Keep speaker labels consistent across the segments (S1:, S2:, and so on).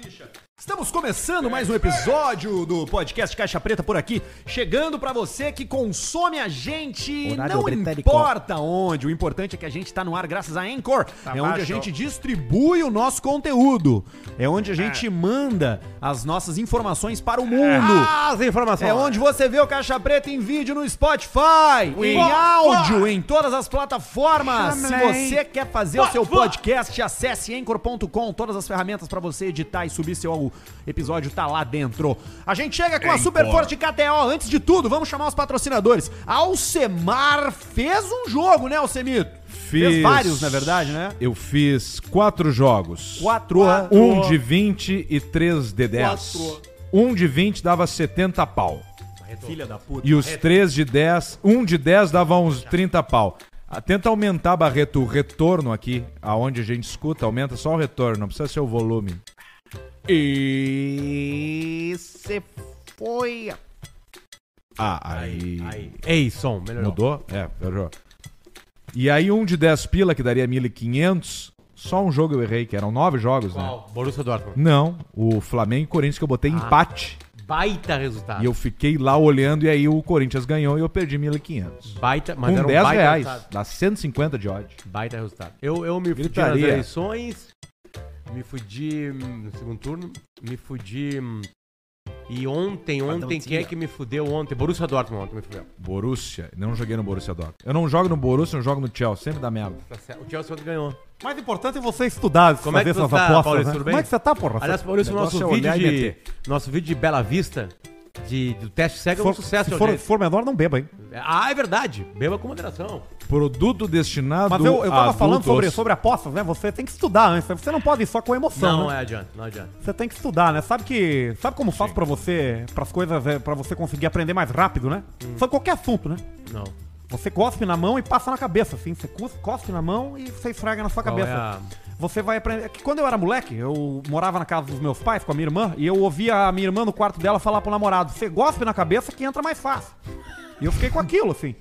S1: ficha. Estamos começando mais um episódio do podcast Caixa Preta por aqui, chegando pra você que consome a gente,
S2: Horário
S1: não
S2: britânico.
S1: importa onde. O importante é que a gente tá no ar graças a Anchor, é onde a
S3: baixo.
S1: gente distribui o nosso conteúdo, é onde a gente manda as nossas informações para o mundo.
S2: As informações.
S1: É onde você vê o Caixa Preta em vídeo no Spotify, em áudio, em todas as plataformas. Se você quer fazer o seu podcast, acesse Anchor.com. Todas as ferramentas pra você editar e subir seu episódio tá lá dentro. A gente chega com a Super Forte KTO. Antes de tudo, vamos chamar os patrocinadores. Alcemar fez um jogo, né, Alcemito? Fez
S3: Fiz.
S1: vários, na verdade, né?
S3: Eu fiz quatro jogos.
S1: Quatro.
S3: Um de 20 e três de 10. Um de 20 dava 70 pau.
S1: Filha da puta.
S3: E os três de 10, um de 10 dava uns 30 pau. Ah, Tenta aumentar, Barreto, o retorno aqui, aonde a gente escuta, aumenta só o retorno, não precisa ser o volume.
S2: Esse foi.
S3: Ah, aí.
S2: Ei, som, melhorou.
S3: Mudou? É, melhorou. E aí um de 10 pila, que daria 1.500, só um jogo eu errei, que eram nove jogos, né?
S2: Qual? Borussia Dortmund.
S3: Não, o Flamengo e Corinthians que eu
S2: Ah,
S3: botei empate.
S2: Baita resultado.
S3: E eu fiquei lá olhando e aí o Corinthians ganhou e eu perdi 1.500.
S2: Baita, mas
S3: Com
S2: era um
S3: 10
S2: baita
S3: reais,
S2: resultado.
S3: dá 150 de odd.
S2: Baita resultado. Eu, eu me fudi nas
S3: Gritaria.
S2: eleições, me fudi hum, no segundo turno, me fudi. hum, E ontem, ontem, quem é que me fudeu ontem? Borussia Dortmund ontem me fudeu.
S3: Borussia, não joguei no Borussia Dortmund. Eu não jogo no Borussia, eu jogo no Chelsea, sempre dá merda.
S2: Tá certo. O Chelsea ontem ganhou.
S4: Mais importante é você estudar,
S2: Como é
S4: fazer
S2: que tu
S4: essas
S2: tá,
S4: apostas.
S2: Paulista,
S4: né?
S2: tudo bem?
S4: Como é que você tá, porra?
S2: Aliás, por isso,
S3: o
S2: nosso
S3: negócio é
S2: vídeo,
S3: olhar e
S2: de,
S3: meter.
S2: nosso vídeo de Bela Vista, de, do teste cego,
S4: se
S2: é um
S4: for,
S2: sucesso.
S4: se for,
S2: audiência.
S4: se for menor, não beba, hein?
S2: Ah, é verdade. Beba com moderação.
S3: Produto destinado
S4: Mas eu, eu
S3: a
S4: tava falando sobre,
S3: adultos.
S4: sobre apostas, né? Você tem que estudar antes. Você não pode ir só com emoção,
S2: Não,
S4: né?
S2: é adianta, não adianta.
S4: Você tem que estudar, né? Sabe que. Sabe como faz pra você. Pras coisas. é, Pra você conseguir aprender mais rápido, né? Só qualquer assunto, né?
S2: Não.
S4: Você cospe na mão e passa na cabeça, assim. Você cus- cospe na mão e você esfrega na sua
S2: Qual
S4: cabeça.
S2: é a-
S4: Você vai aprender. é que Quando eu era moleque, eu morava na casa dos meus pais com a minha irmã e eu ouvia a minha irmã no quarto dela falar pro namorado: você gospe na cabeça que entra mais fácil. E eu fiquei com aquilo, assim.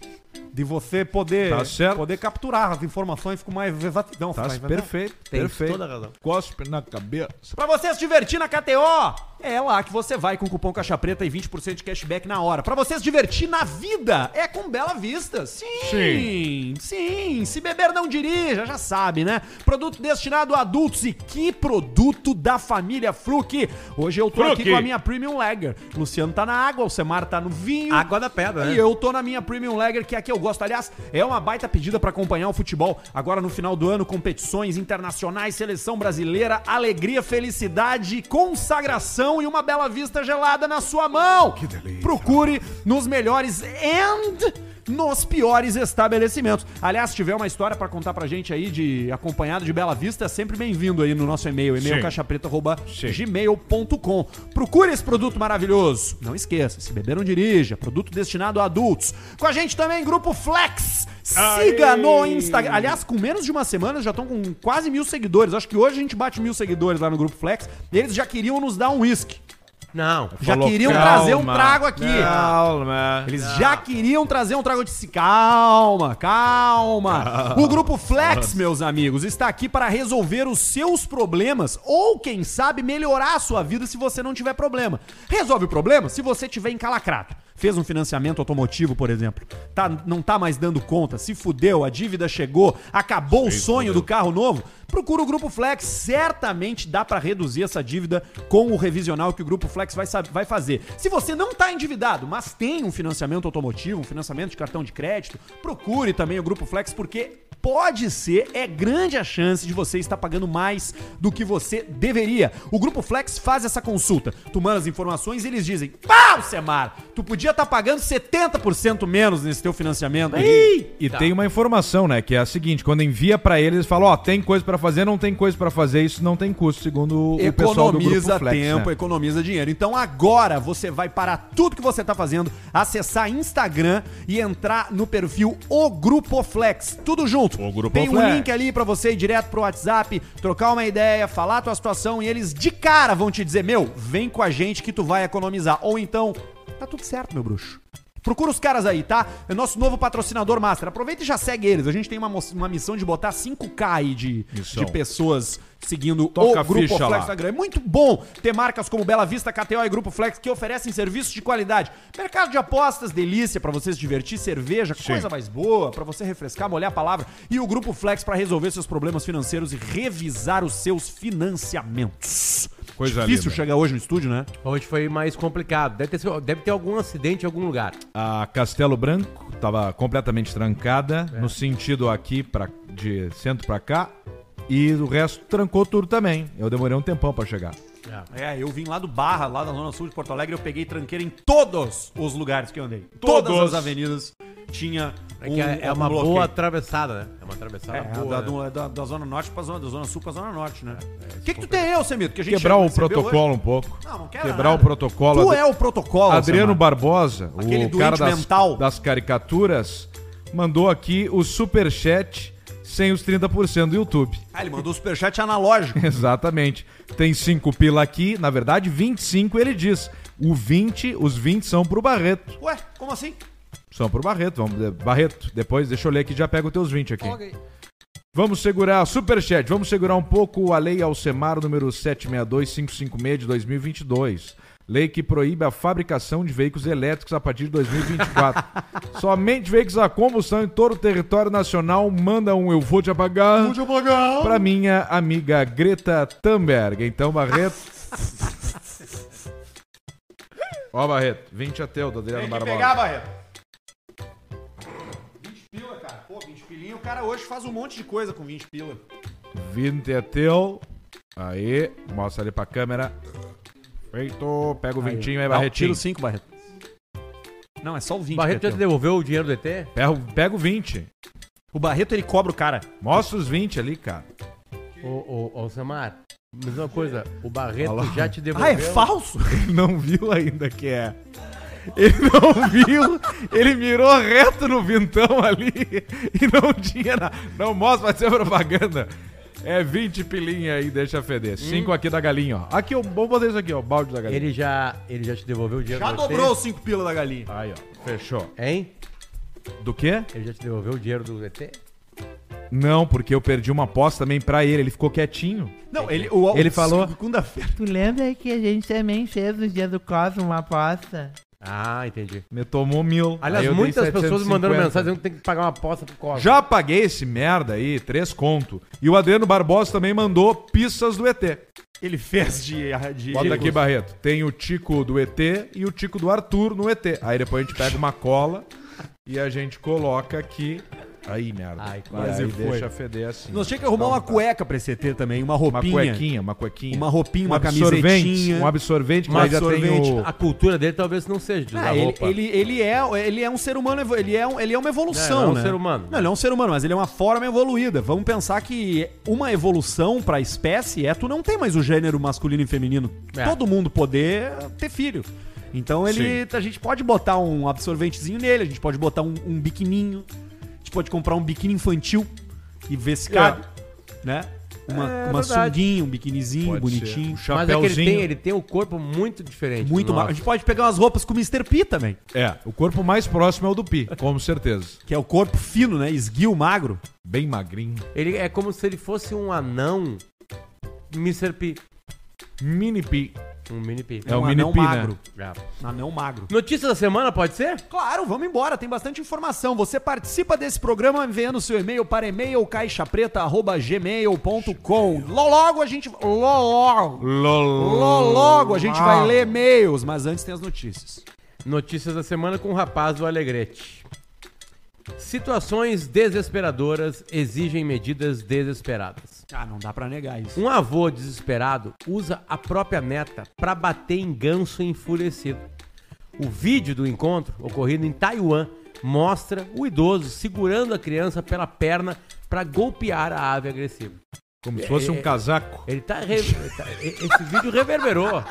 S4: De você poder,
S3: Tá certo.
S4: poder capturar as informações com mais exatidão.
S3: Tá
S4: mais
S3: perfeito,
S2: Tem
S3: perfeito.
S2: toda a razão.
S3: Cospe na cabeça.
S1: Pra você se divertir na KTO, é lá que você vai com o cupom Caixa Preta e 20% de cashback na hora. Pra você se divertir na vida, é com Bela Vista. Sim, sim, Se beber não dirija, já sabe, né? Produto destinado a adultos e que produto da família Fruc. Hoje eu tô aqui
S3: Fruc.
S1: com a minha Premium Lager. Luciano tá na água, o Semar tá no vinho.
S2: Água da pedra,
S1: E
S2: né?
S1: eu tô na minha Premium Lager, que é a que eu gosto. Aliás, é uma baita pedida pra acompanhar o futebol. Agora no final do ano, competições internacionais, seleção brasileira, alegria, felicidade, consagração e uma bela vista gelada na sua mão. Que delícia. Procure nos melhores and nos piores estabelecimentos. Aliás, se tiver uma história pra contar pra gente aí de acompanhado de Bela Vista, é sempre bem-vindo aí no nosso e-mail, e-mail
S3: Sim.
S1: caixapreta@gmail.com. Procure esse produto maravilhoso. Não esqueça, se beber não dirija, produto destinado a adultos. Com a gente também grupo Flex. Siga no Instagram. Aliás, com menos de uma semana já estão com quase mil seguidores. Acho que hoje a gente bate mil seguidores lá no grupo Flex. Eles já queriam nos dar um uísque.
S2: Não.
S1: Já
S3: Falou,
S1: queriam
S3: calma,
S1: trazer um trago aqui.
S3: Calma.
S1: Eles já queriam trazer um trago de si. Calma, calma. O grupo Flex, meus amigos, está aqui para resolver os seus problemas ou, quem sabe, melhorar a sua vida se você não tiver problema. Resolve o problema se você tiver encalacrado. Fez um financiamento automotivo, por exemplo. Tá, não tá mais dando conta, se fudeu, a dívida chegou, acabou o sonho do carro novo. Procura o Grupo Flex, certamente dá para reduzir essa dívida com o revisional que o Grupo Flex vai, sab- vai fazer. Se você não está endividado, mas tem um financiamento automotivo, um financiamento de cartão de crédito, procure também o Grupo Flex, porque pode ser, é grande a chance de você estar pagando mais do que você deveria. O Grupo Flex faz essa consulta. Tu manda as informações e eles dizem, pau, Semar, tu podia estar pagando 70% menos nesse teu financiamento.
S3: E
S1: Tá.
S3: tem uma informação, né, que é a seguinte, quando envia pra eles, eles falam, ó, tem coisa pra fazer, não tem coisa pra fazer, isso não tem custo, segundo o pessoal do grupo
S1: economiza
S3: Flex,
S1: tempo,
S3: né?
S1: economiza dinheiro. Então agora você vai parar tudo que você tá fazendo, acessar Instagram e entrar no perfil O Grupo Flex. Tudo junto.
S3: O Grupo
S1: Tem um
S3: Flex.
S1: link ali pra você ir direto pro WhatsApp, trocar uma ideia, falar a tua situação e eles de cara vão te dizer: "Meu, vem com a gente que tu vai economizar". Ou então, tá tudo certo, meu bruxo. Procura os caras aí, tá? É nosso novo patrocinador master. Aproveita e já segue eles. A gente tem uma, mo- uma missão de botar 5K aí de,
S3: Missão.
S1: de pessoas seguindo
S3: Toca
S1: o
S3: a
S1: Grupo
S3: ficha
S1: Flex Instagram.
S3: lá.
S1: Instagram. É muito bom ter marcas como Bela Vista, KTO e Grupo Flex que oferecem serviços de qualidade. Mercado de apostas, delícia pra você se divertir, cerveja, coisa mais boa pra você refrescar, molhar a palavra e o Grupo Flex pra resolver seus problemas financeiros e revisar os seus financiamentos.
S3: Coisa
S1: Difícil
S3: linda.
S1: chegar hoje no estúdio, né?
S2: Hoje foi mais complicado. Deve ter, sido- deve ter algum acidente em algum lugar.
S3: A Castelo Branco estava completamente trancada,
S1: É.
S3: no sentido aqui pra, de centro pra cá, e o resto trancou tudo também. Eu demorei um tempão pra chegar.
S1: É, eu vim lá do Barra, lá da Zona Sul de Porto Alegre, eu peguei tranqueira em todos os lugares que eu andei. Todas as
S3: Todos.
S1: avenidas tinha
S2: É, que é, é uma boa atravessada, né? É uma atravessada
S1: Um- É,
S2: boa.
S1: da,
S2: né?
S1: do- da- da zona norte pra zona, da zona sul pra zona norte, né? O que, que tu tem eu, Semito? Que a gente
S3: Quebrar o
S1: recebeu
S3: protocolo
S1: hoje?
S3: um pouco.
S1: Não, não quero
S3: Quebrar
S1: nada.
S3: o protocolo.
S1: Tu
S3: Ad-
S1: é o protocolo,
S3: Adriano
S1: Samara.
S3: Barbosa,
S1: Aquele
S3: o cara
S1: doente
S3: das,
S1: mental.
S3: das caricaturas, mandou aqui o superchat sem os 30% do YouTube.
S1: Ah, ele mandou o superchat analógico.
S3: Exatamente. Tem 5 pila aqui, na verdade 25 ele diz. O 20, os 20 são pro Barreto.
S1: Ué, como assim?
S3: São pro Barreto, vamos eh, Barreto, depois deixa eu ler aqui, já pega os teus 20 aqui. Vamos segurar, superchat, vamos segurar um pouco a lei Alcemar número 762556 de 2022. Lei que proíbe a fabricação de veículos elétricos a partir de 2024. Somente veículos a combustão em todo o território nacional manda um eu vou te apagar pra minha amiga Greta Thunberg. Então, Barreto... Ó, Barreto, 20 a teu, do Adriano Barbosa.
S1: Barreto. 20 pila, cara. Pô, 20 pilinha, o cara hoje faz um monte de coisa com 20 pila.
S3: 20 é teu. Aí, mostra ali pra câmera. Feito. Pega o vintinho aí, Barretinho.
S1: um Tiro 5, Barreto. Não, é só o 20.
S2: Barreto já
S1: Barreto,
S2: te devolveu o dinheiro do ET?
S3: Pega, o- pega o 20.
S1: O Barreto, ele cobra o cara.
S3: Mostra os 20 ali, cara.
S2: Ô, ô, ô, Samar, mesma coisa, o
S3: Olha
S2: Barreto
S3: lá.
S2: já te devolveu.
S1: Ah, é falso?
S3: Ele não viu ainda que é. Ele não viu, ele mirou reto no vintão ali e não tinha nada. Não mostra, vai ser propaganda. É 20 pilinha aí, deixa feder. 5 aqui da galinha, ó. Aqui, ó, vou botar isso aqui, ó, o balde da galinha.
S2: Hum? Ele já, ele já te devolveu o dinheiro
S1: Já
S2: do ET?
S1: dobrou os 5 pila da galinha.
S3: Aí, ó, fechou.
S2: Hein?
S3: Do quê?
S2: Ele já te devolveu o dinheiro do ET?
S3: Não, porque eu perdi uma aposta também pra ele, ele ficou quietinho.
S1: Não, ele... O,
S3: Ele falou-
S1: Segunda-feira.
S5: Tu lembra que a gente também fez no dia do Cosmo uma aposta?
S2: Ah, entendi.
S3: Me tomou mil. Aí
S2: Aliás,
S3: eu dei
S2: muitas pessoas me mandando
S3: 750.
S2: mensagem dizendo que tem que pagar uma aposta pro Cosmo.
S3: Já paguei esse merda aí, três conto. E o Adriano Barbosa também mandou pistas do ET.
S1: Ele fez de... de
S3: Bota aqui, Barreto. Tem o Tico do ET e o Tico do Arthur no ET. Aí depois a gente pega uma cola e a gente coloca aqui. Aí, merda.
S2: Ai,
S3: Mas
S1: quase
S3: aí
S1: foi.
S3: deixa feder assim.
S1: Nós tinha que arrumar uma cueca pra esse ET também, uma
S3: Uma
S1: roupinha.
S3: cuequinha, uma cuequinha. Um
S1: Uma roupinha, uma
S3: absorvente,
S1: camisetinha.
S3: Um absorvente,
S1: Um
S3: mas já tem
S1: absorvente.
S3: o...
S2: A cultura dele talvez não seja de usar
S1: Ah, ele,
S2: roupa.
S1: ele, ele, é, ele é um ser humano, evo- ele é, um- ele é uma evolução.
S2: Não, ele é um
S1: né?
S2: ser humano.
S1: Não, ele é um ser humano, mas ele é uma forma evoluída. Vamos pensar que uma evolução pra espécie é tu não tem mais o gênero masculino e feminino.
S2: É.
S1: Todo mundo poder ter filho. Então ele. A gente pode botar um absorventezinho nele, a gente pode botar um, um biquininho, a gente pode comprar um biquíni infantil e ver
S3: É.
S1: se cabe. Né? Uma,
S2: É
S1: uma
S2: verdade.
S1: sunguinha, um biquinizinho
S3: Pode ser.
S1: bonitinho.
S3: Um
S2: Mas é que ele
S3: chapéuzinho.
S2: tem, ele tem um corpo muito diferente.
S1: Muito
S2: do
S1: ma... A
S2: nosso.
S1: gente pode pegar umas roupas com o Mr. P também.
S3: É, o corpo mais próximo é o do Pi, com certeza.
S1: Que é o corpo fino, né? Esguio magro.
S3: Bem magrinho.
S2: Ele é como se ele fosse um anão Mr. P.
S3: Mini Pi.
S2: Um mini P.
S3: É o
S1: um
S3: mini
S1: anão
S3: pi, né?
S1: magro. Um
S2: É.
S1: Anão magro.
S2: Notícia da semana, pode ser?
S1: Claro, vamos embora, tem bastante informação. Você participa desse programa enviando seu e-mail para e-mail caixapreta@gmail.com. Lo- Logo a gente lo- logo, lo- logo a gente vai ler e-mails, mas antes tem as notícias.
S2: Notícias da semana com o rapaz do Alegrete. Situações desesperadoras exigem medidas desesperadas.
S1: Ah, não dá pra negar isso.
S2: Um avô desesperado usa a própria neta para bater em ganso enfurecido. O vídeo do encontro, ocorrido em Taiwan, mostra o idoso segurando a criança pela perna para golpear a ave agressiva.
S3: Como se
S1: É.
S3: fosse um casaco.
S2: Ele tá. re- tá- e- Esse vídeo reverberou.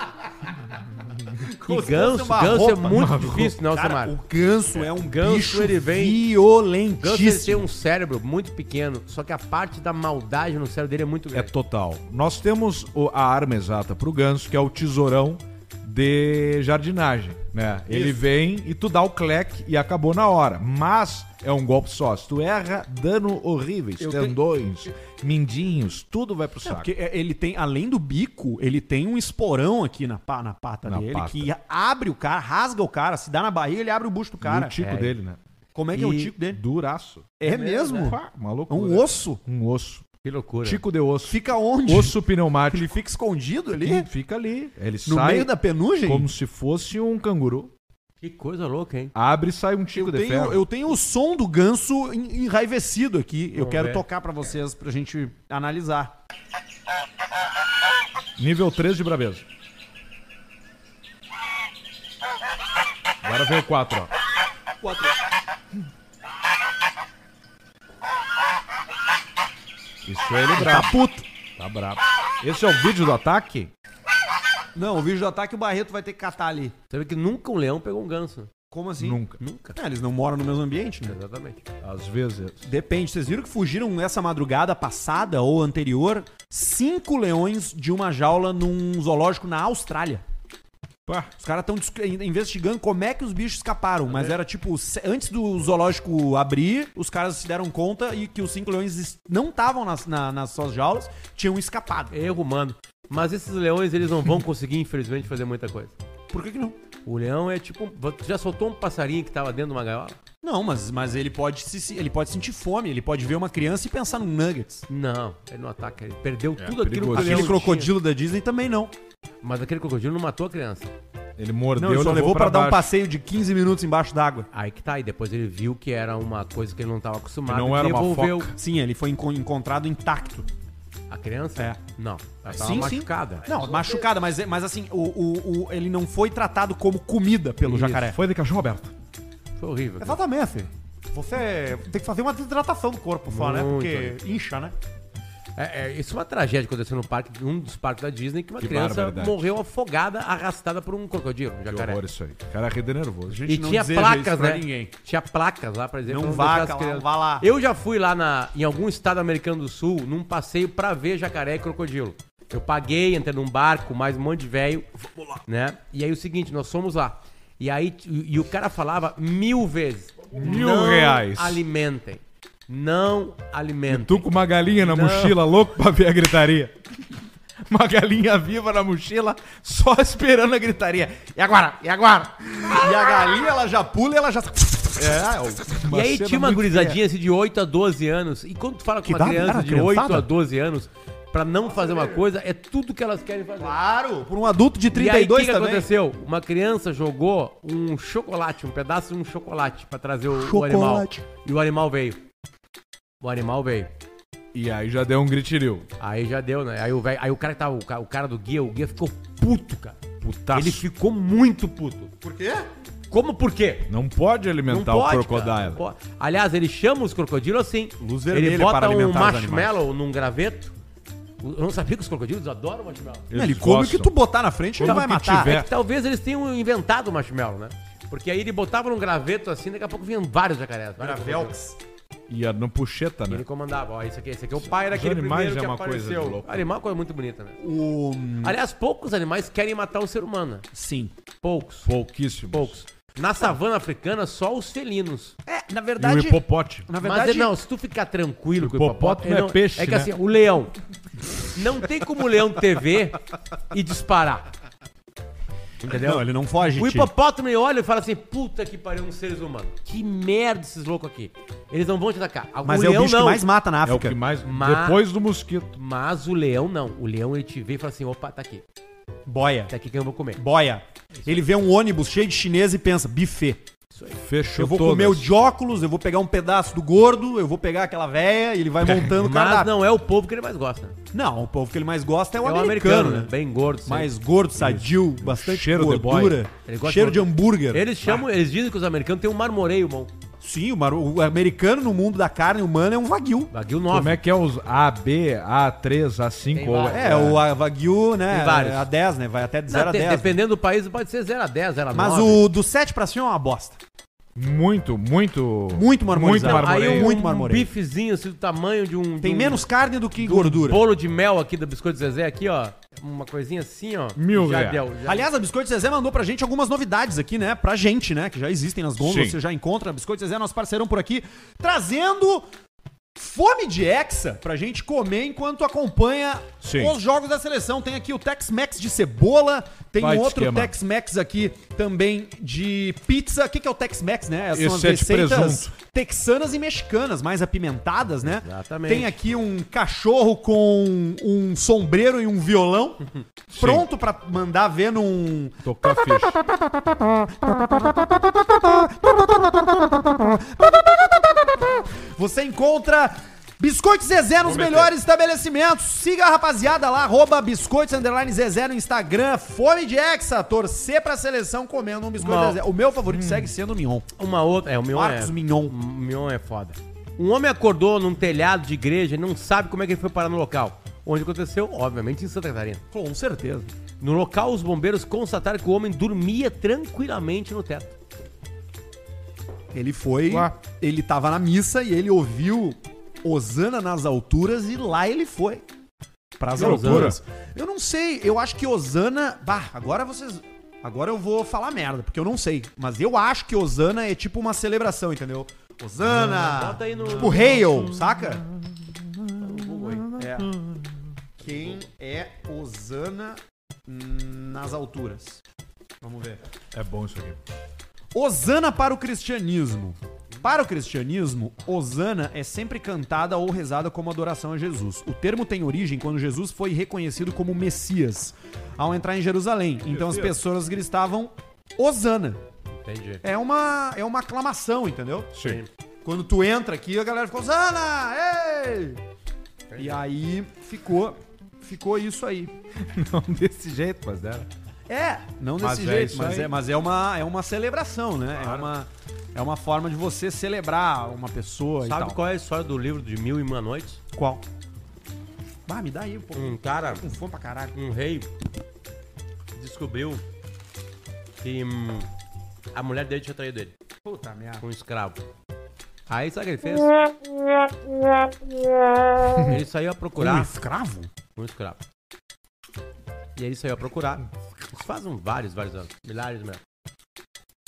S2: E ganso,
S1: uma
S2: ganso é
S1: roupa,
S2: muito difícil, não,
S1: Cara,
S2: Samara.
S1: o ganso é um
S2: ganso,
S1: bicho
S2: ele vem- Ganso ele tem
S1: violentíssimo.
S2: um cérebro muito pequeno, só que a parte da maldade no cérebro dele é muito
S3: É
S2: grande.
S3: total. Nós temos o- a arma exata pro ganso, que é o tesourão de jardinagem, né? Ele vem e tu dá o cleque e acabou na hora. Mas é um golpe só. Se tu erra, dano horríveis, tendões, mindinhos, tudo vai pro saco.
S1: Porque é, ele tem, além do bico, ele tem um esporão aqui na, pa- na pata
S3: Na
S1: dele
S3: pata.
S1: que abre o cara, rasga o cara, se dá na barriga, ele abre o busto do
S3: e o
S1: cara.
S3: tico
S2: é.
S3: dele, né?
S1: Como é que é o
S2: E-
S1: tico dele?
S3: Duraço.
S1: É mesmo?
S3: Pá, uma
S1: É
S3: loucura.
S1: um osso?
S3: Um osso.
S2: Que loucura.
S3: Tico de osso.
S1: Fica onde?
S3: Osso pneumático.
S1: Ele fica escondido
S3: Ele
S1: ali?
S3: fica ali. Ele
S1: No
S3: sai
S1: meio da penugem?
S3: como se fosse um canguru.
S2: Que coisa louca, hein?
S3: Abre e sai um tico
S1: Eu
S3: de
S1: tenho,
S3: ferro.
S1: eu tenho o som do ganso en- enraivecido aqui. Eu
S2: Vamos
S1: quero
S2: ver.
S1: tocar pra vocês pra gente analisar.
S3: Nível 3 de brabeza. Agora veio 4, ó. Isso é ele brabo.
S1: Tá puto.
S3: Tá brabo. Esse é o vídeo do ataque?
S1: Não, o vídeo do ataque o Barreto vai ter que catar ali.
S2: Você vê que nunca um leão pegou um ganso.
S1: Como assim?
S3: Nunca.
S2: Nunca.
S1: Ah, eles não moram no mesmo ambiente, né?
S2: Exatamente.
S3: Às vezes.
S1: Depende. Vocês viram que fugiram nessa madrugada passada ou anterior cinco leões de uma jaula num zoológico na Austrália.
S3: Pá.
S1: Os caras estão investigando como é que os bichos escaparam, mas era tipo, se- antes do zoológico abrir, os caras se deram conta e que os cinco leões es- não estavam nas, na- nas suas jaulas, tinham escapado.
S2: É Erro humano. Mas esses leões, eles não vão conseguir, infelizmente, fazer muita coisa.
S1: Por que, que não?
S2: O leão é tipo. um- Tu já soltou um passarinho que tava dentro de uma gaiola?
S1: Não, mas, mas ele, pode se- se, ele pode sentir fome, ele pode ver uma criança e pensar num nuggets.
S2: Não, ele não ataca. Ele perdeu tudo aquilo que o
S3: perigoso.
S2: leão
S1: Aquele
S2: tinha.
S1: crocodilo da Disney também não.
S2: Mas aquele crocodilo não matou a criança.
S3: Ele mordeu
S1: Não, ele só levou pra, dar um
S3: baixo.
S1: passeio de 15 minutos embaixo d'água.
S2: Aí que tá. E depois ele viu que era uma coisa que ele não tava acostumado.
S3: Que não
S2: e
S3: era uma
S2: devolveu
S3: foca.
S1: Sim, ele foi enco- encontrado intacto.
S2: a criança?
S1: É.
S2: Não. Ela tava
S1: Sim, sim.
S2: machucada.
S1: Não, machucada, mas, mas assim, o, o- o- ele não foi tratado como comida pelo jacaré.
S3: Foi de cachorro aberto.
S2: Foi horrível.
S3: É
S1: Exatamente. assim. Você tem que fazer uma desidratação do corpo só, né?
S2: Muito.
S1: Porque incha, né?
S2: É, é, isso é uma tragédia que aconteceu no parque, num dos parques da Disney, que uma
S3: Que
S2: criança
S3: barbaridade.
S2: morreu afogada, arrastada por um crocodilo, um
S3: Que
S2: jacaré.
S3: horror isso aí. O cara é rede nervoso.
S2: E
S1: não
S2: tinha
S1: deseja isso
S2: placas,
S1: pra
S2: né?
S1: ninguém.
S2: Tinha placas lá pra dizer
S1: Não
S2: pra
S1: vá,
S2: deixar as
S1: cara,
S2: crianças-
S1: não vá lá.
S2: Eu já fui lá na, em algum estado americano do sul, num passeio pra ver jacaré e crocodilo. Eu paguei, entrei num barco, mais um monte de velho. Vamos lá. Né? E aí o seguinte, nós fomos lá. E aí t- e o cara falava mil vezes.
S3: Mil
S2: "Não
S3: reais."
S2: alimentem. Não alimentem.
S3: Tu com uma galinha na
S2: Não.
S3: mochila, louco pra ver a gritaria. Uma galinha viva na mochila, só esperando a gritaria. E agora? E agora?
S1: E a galinha, ela já pula e ela já.
S3: É,
S2: e aí tinha uma gurizadinha assim, de 8 a 12 anos. E quando tu fala com uma
S1: dá-
S2: criança
S1: era
S2: de 8 a
S1: criançada?
S2: 12 anos, pra não fazer uma coisa, é tudo que elas querem fazer.
S1: Claro! Por um adulto de
S2: e
S1: 32
S2: aí, o que que
S1: também.
S2: aconteceu? Uma criança jogou um chocolate, um pedaço de um chocolate pra trazer o, o animal. E o animal veio. O animal veio.
S3: E aí já deu um gritiril.
S2: Aí já deu, né? Aí o, velho- aí o cara que tava, o ca- o cara do guia, o guia ficou puto, cara.
S3: Putaço.
S2: Ele ficou muito puto.
S1: Tá. Por quê?
S2: Como por quê?
S3: Não pode alimentar o
S2: cara,
S3: crocodilo.
S2: não pode. Aliás, ele chama os crocodilos assim.
S1: Luz
S2: ele
S1: vermelha
S2: bota
S1: para
S2: um
S1: alimentar os
S2: marshmallow num graveto. Eu não sabia que os crocodilos adoram marshmallow.
S1: Ele come o que tu botar na frente, ele
S3: Como
S1: vai
S3: que
S1: matar.
S3: tiver.
S2: É que talvez eles tenham inventado o marshmallow, né? Porque aí ele botava num graveto assim, daqui a pouco vinham vários jacarés. vários crocodilos.
S1: Velks.
S3: E a no puxeta,
S2: E ele
S3: né?
S2: comandava, ó, esse aqui, esse aqui é o pai daquele
S3: animais
S2: primeiro que
S3: é uma coisa de
S2: apareceu.
S3: louco.
S2: Animal é uma coisa muito bonita, né?
S1: O.
S2: Aliás, poucos animais querem matar o ser humano, né?
S1: Sim.
S2: Poucos,
S3: Pouquíssimo.
S2: poucos. Na savana africana, só os felinos.
S1: É, na
S3: E o
S1: verdade.
S3: hipopote.
S1: Na
S2: Mas
S1: verdade,
S2: é- não, se tu ficar tranquilo com o
S3: Hipopótamo
S2: hipopótamo,
S3: é
S2: não-
S3: peixe,
S2: É que
S3: né?
S2: assim, o leão. Não tem como o leão TV e disparar. Entendeu?
S1: Não, ele não foge.
S2: o
S1: tio.
S2: hipopótamo ele olha e fala assim: puta que pariu, uns seres humanos. Que merda esses loucos aqui. Eles não vão te atacar. Ah,
S1: Mas é o bicho que mais mata na
S3: É o
S1: África.
S3: que mais.
S2: Mas-
S3: Depois do mosquito.
S2: Mas o leão não. O leão ele te vê e fala assim: opa, tá aqui.
S1: Boia.
S2: Tá aqui que eu vou comer.
S1: Boia. Ele vê um ônibus cheio de chinês e pensa, buffet.
S3: Fechou
S1: Eu vou
S3: todas.
S1: comer o de óculos, eu vou pegar um pedaço do gordo, eu vou pegar aquela véia, e ele vai montando o
S2: Mas
S1: cardápio.
S2: não é o povo que ele mais gosta. né?
S1: Não, o povo que ele mais gosta é o,
S2: É o
S1: americano,
S2: americano, né?
S1: né?
S2: Bem gordo. sempre.
S1: Mais gordo, sadio, bastante
S3: Cheiro de boy.
S1: gordura,
S2: Ele gosta
S1: cheiro de
S2: de-
S1: hambúrguer.
S2: Eles chamam, eles dizem que os americanos têm um marmoreio, irmão.
S1: Sim, o, mar- o americano no mundo da carne humana é um wagyu.
S2: Baguio 9.
S3: Como é que é os A, B, A3, A5
S2: Tem
S3: ou
S2: vários.
S1: É, o a- wagyu,
S2: Tem
S1: né,
S2: vários.
S1: a 10, né, vai até de
S2: Não,
S1: 0 a
S2: de-
S1: 10. né?
S2: Dependendo do país, pode ser 0 a 10, 0 a 9.
S1: Mas o do 7 pra cima é uma bosta.
S3: Muito, muito.
S1: Muito marmorizado.
S3: Muito marmoreio.
S2: Aí um
S1: Muito marmoreio.
S2: bifezinho assim do tamanho de um. de
S1: Tem
S2: um-
S1: menos carne do que
S2: de um
S1: gordura.
S2: bolo de mel aqui do Biscoito Zezé, aqui, ó. Uma coisinha assim, ó.
S3: Mil
S2: já
S3: reais.
S2: deu, já-
S1: Aliás, a Biscoito Zezé mandou pra gente algumas novidades aqui, né? Pra gente, né? Que já existem nas gôndolas,
S3: Sim.
S1: você já encontra. A Biscoito Zezé é nosso parceirão por aqui, trazendo fome de hexa pra gente comer enquanto acompanha
S3: Sim.
S1: os jogos da seleção. Tem aqui o Tex-Mex de cebola, tem
S3: Vai de
S1: outro
S3: esquema.
S1: Tex-Mex aqui também de pizza. O que, que é o Tex-Mex, né? São as
S3: Esse é de
S1: receitas
S3: presunto.
S1: texanas e mexicanas, mais apimentadas, né?
S2: Exatamente.
S1: Tem aqui um cachorro com um sombreiro e um violão pronto pra mandar ver num.
S3: Tocar ficha.
S1: Você encontra Biscoitos Zezé nos
S3: meter.
S1: melhores estabelecimentos. Siga a rapaziada lá, arroba Biscoitos Underline Zezé no Instagram. Fome de Hexa, torcer pra seleção comendo um biscoito
S2: Mal.
S1: Zezé. O meu favorito segue sendo o Mignon.
S2: Uma outra. É, o Mion
S1: Marcos
S2: é.
S1: Mignon.
S2: O Mion é foda. Um homem acordou num telhado de igreja e não sabe como é que ele foi parar no local. Onde aconteceu, obviamente, em Santa Catarina.
S1: Com certeza.
S2: No local, os bombeiros constataram que o homem dormia tranquilamente no teto.
S1: Ele foi.
S3: Ué.
S1: Ele tava na missa e ele ouviu Osana nas alturas e lá ele foi. Pras
S3: Que
S1: alturas. Eu não sei, eu acho que Osana. Bah, agora vocês. Agora eu vou falar merda, porque eu não sei. Mas eu acho que Osana é tipo uma celebração, entendeu? Osana!
S2: Bota Tá aí no-
S1: Tipo Hail, saca?
S2: Google aí.
S1: É. Quem é Osana nas alturas? Vamos ver.
S3: É bom isso aqui.
S1: Osana para o cristianismo. Para o cristianismo, Osana é sempre cantada ou rezada como adoração a Jesus. O termo tem origem quando Jesus foi reconhecido como Messias ao entrar em Jerusalém. Então as pessoas gritavam Osana.
S2: Entendi.
S1: É uma é uma aclamação, entendeu?
S3: Sim.
S1: Quando tu entra aqui, a galera fica Osana! Ei! E aí ficou ficou isso aí.
S3: Não desse jeito, mas dera.
S1: É, não desse
S3: Mas é
S1: jeito,
S3: isso
S1: mas,
S3: aí.
S1: é, mas é, uma, é uma celebração, né? É, uma, é uma forma de você celebrar uma pessoa e
S2: Sabe
S1: tal.
S2: qual é a história do livro de Mil e Uma Noites?
S1: Qual? Bah, me dá aí um pouco.
S2: Um cara,
S1: Com fome pra caralho.
S2: um rei, descobriu que hum, a mulher dele tinha traído ele.
S1: Puta merda.
S2: um escravo. Aí sabe o que ele fez? ele saiu a
S1: Um
S2: procurar
S1: escravo?
S2: um escravo. E é aí ele saiu a procurar. Isso faz um vários, vários anos. Milhares mesmo.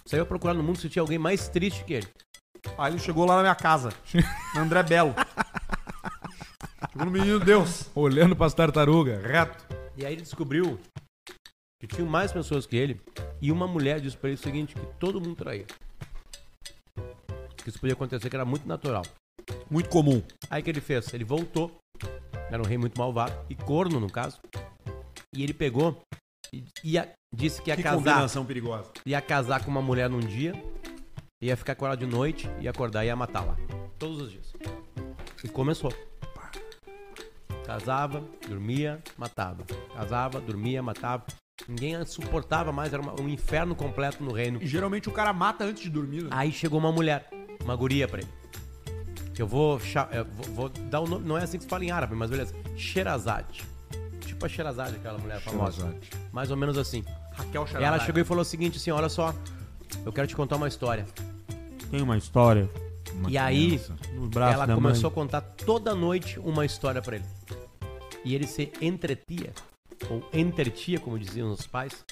S2: Saiu a procurar no mundo se tinha alguém mais triste que ele.
S1: Aí ele chegou lá na minha casa. na André Belo. chegou no menino Deus.
S3: Olhando pras tartarugas, reto.
S2: E aí ele descobriu que tinha mais pessoas que ele. E uma mulher disse pra ele o seguinte, que todo mundo traía. Que isso podia acontecer, que era muito natural.
S1: Muito comum.
S2: Aí o que ele fez? Ele voltou. Era um rei muito malvado. E corno, no caso. E ele pegou e ia- disse que ia casar.
S1: perigosa.
S2: Ia casar com uma mulher num dia. Ia ficar com ela de noite. Ia acordar e ia matá-la. Todos os dias. E começou. Casava, dormia, matava. Casava, dormia, matava. Ninguém a suportava mais, era uma- um inferno completo no reino.
S1: E geralmente o cara mata antes de dormir. né?
S2: Aí chegou uma mulher, uma guria pra ele. Que eu vou, cha- eu vou, vou dar o nome, não é assim que se fala em árabe, mas beleza. Sherazade. Tipo a Sherazade, aquela mulher famosa.
S3: Sherazade.
S2: Mais ou menos assim.
S1: Raquel Charalho.
S2: Ela chegou e falou o seguinte assim, olha só, eu quero te contar uma história.
S6: Tem uma história
S3: Uma
S2: e aí,
S3: criança.
S6: no braço
S2: ela
S6: da
S2: começou
S6: mãe.
S2: a contar toda noite uma história pra ele. E ele se entretia, ou entretia, como diziam os pais,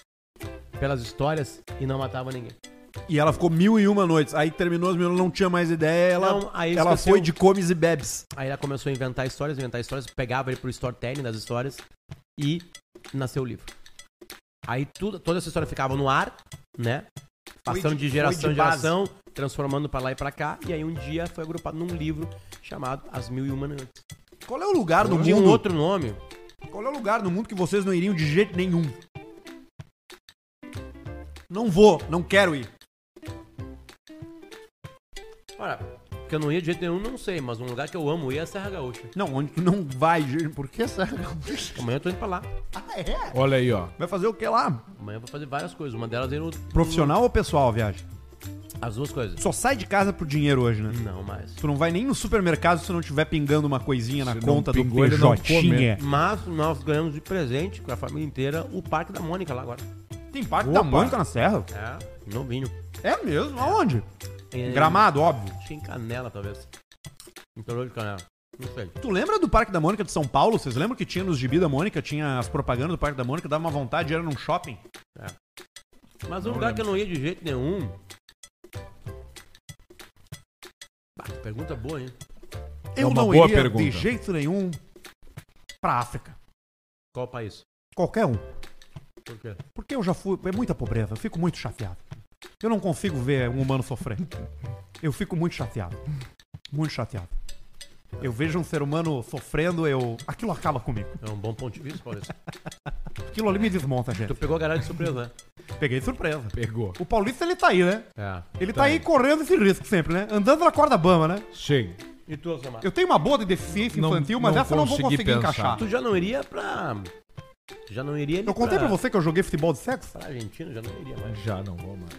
S2: pelas histórias e não matava ninguém.
S1: E ela ficou mil e uma noites. Aí terminou as mil não tinha mais ideia. Ela,
S2: Não, aí
S1: ela
S2: esqueceu.
S1: foi de comes e bebes.
S2: Aí ela começou a inventar histórias, inventar histórias, pegava ele pro storytelling das histórias e nasceu o livro. Aí tudo, toda essa história ficava no ar, né? Passando de,
S1: de- foi
S2: geração em
S1: de base.
S2: geração, transformando pra lá e pra cá. E aí um dia foi agrupado num livro chamado As Mil e Uma Noites.
S1: Qual é o lugar do
S2: Tinha um
S1: mundo?
S2: outro nome.
S1: Qual é o lugar no mundo que vocês não iriam de jeito nenhum? Não vou, não quero ir.
S2: Olha, que eu não ia de jeito nenhum, não sei, mas um lugar que eu amo ia é a Serra Gaúcha.
S1: Não, onde tu não vai, gente? Por que Serra Gaúcha?
S2: Amanhã eu tô indo pra lá.
S1: Ah, é?
S3: Olha aí, ó.
S1: Vai fazer o que lá?
S2: Amanhã eu vou fazer várias coisas. Uma delas é ir no.
S1: Profissional ou pessoal a viagem?
S2: As duas coisas.
S1: Só sai de casa por dinheiro hoje, né?
S2: Não, mais.
S1: Tu não vai nem no supermercado se tu não tiver pingando uma coisinha na
S3: Se não
S1: conta do
S3: pingou, ele não
S1: Peixotinha.
S2: Mas nós ganhamos de presente com a família inteira o Parque da Mônica lá agora.
S1: Tem parte
S3: Opa.
S1: na Serra?
S2: É, novinho.
S1: É mesmo? Aonde?
S2: Em-
S1: Gramado, óbvio.
S2: Acho que em Canela, talvez. Interior de Canela. Não sei.
S1: Tu lembra do Parque da Mônica de São Paulo? Vocês lembram que tinha nos gibi da Mônica, tinha as propagandas do Parque da Mônica, dava uma vontade, era num shopping?
S2: Mas um lugar que eu não ia de jeito nenhum. Bah, pergunta boa, hein?
S1: Eu
S3: É uma
S1: não
S3: boa
S1: iria
S3: pergunta.
S1: de jeito nenhum pra África.
S2: Qual país?
S1: Qualquer um.
S2: Por quê?
S1: Porque eu já fui. É muita pobreza, eu fico muito chateado. Eu não consigo ver um humano sofrer. Eu fico muito chateado. Muito chateado. Eu vejo um ser humano sofrendo, eu. Aquilo acaba comigo.
S2: É um bom ponto de vista, Paulista.
S1: Aquilo ali me desmonta, gente.
S2: tu pegou a garagem de surpresa, né?
S1: Peguei de surpresa.
S3: Pegou.
S1: O Paulista, ele tá aí, né?
S2: É.
S1: Ele tá aí correndo esse risco sempre, né? Andando na corda bamba, né?
S3: Chega.
S2: E tu, Osmar?
S1: Eu tenho uma boa de deficiência
S3: Não-
S1: infantil, mas
S3: não
S1: essa eu não vou
S3: consegui
S1: conseguir
S3: pensar.
S1: encaixar.
S2: Tu já não iria pra. Já não iria nem
S1: Eu contei pra você que eu joguei futebol de sexo?
S2: Pra Argentina, já não iria mais.
S3: Já não vou mais.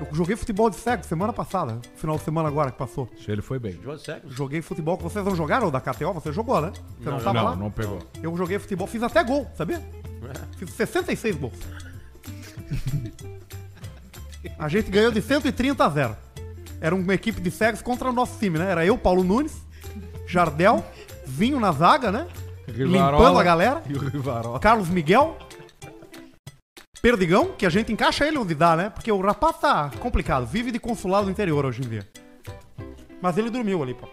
S1: Eu joguei futebol de sexo semana passada, final de semana agora que passou.
S3: Isso ele foi bem.
S2: Jogo cego.
S1: Joguei futebol que vocês não jogaram da KTO, você jogou, né? Você não,
S2: Não,
S1: tava lá?
S3: Não, não pegou.
S1: Eu joguei futebol, fiz até gol, sabia?
S2: né?
S1: Fiz 66 gols. A gente ganhou de 130 a 0. Era uma equipe de cegos contra o nosso time, né? Era eu, Paulo Nunes, Jardel, Vinho na zaga, né? Limpando a galera.
S3: E o Rivarola.
S1: Carlos Miguel. Perdigão, que a gente encaixa ele onde dá, né? Porque o rapaz tá complicado, vive de consulado do interior hoje em dia. Mas ele dormiu ali, pô.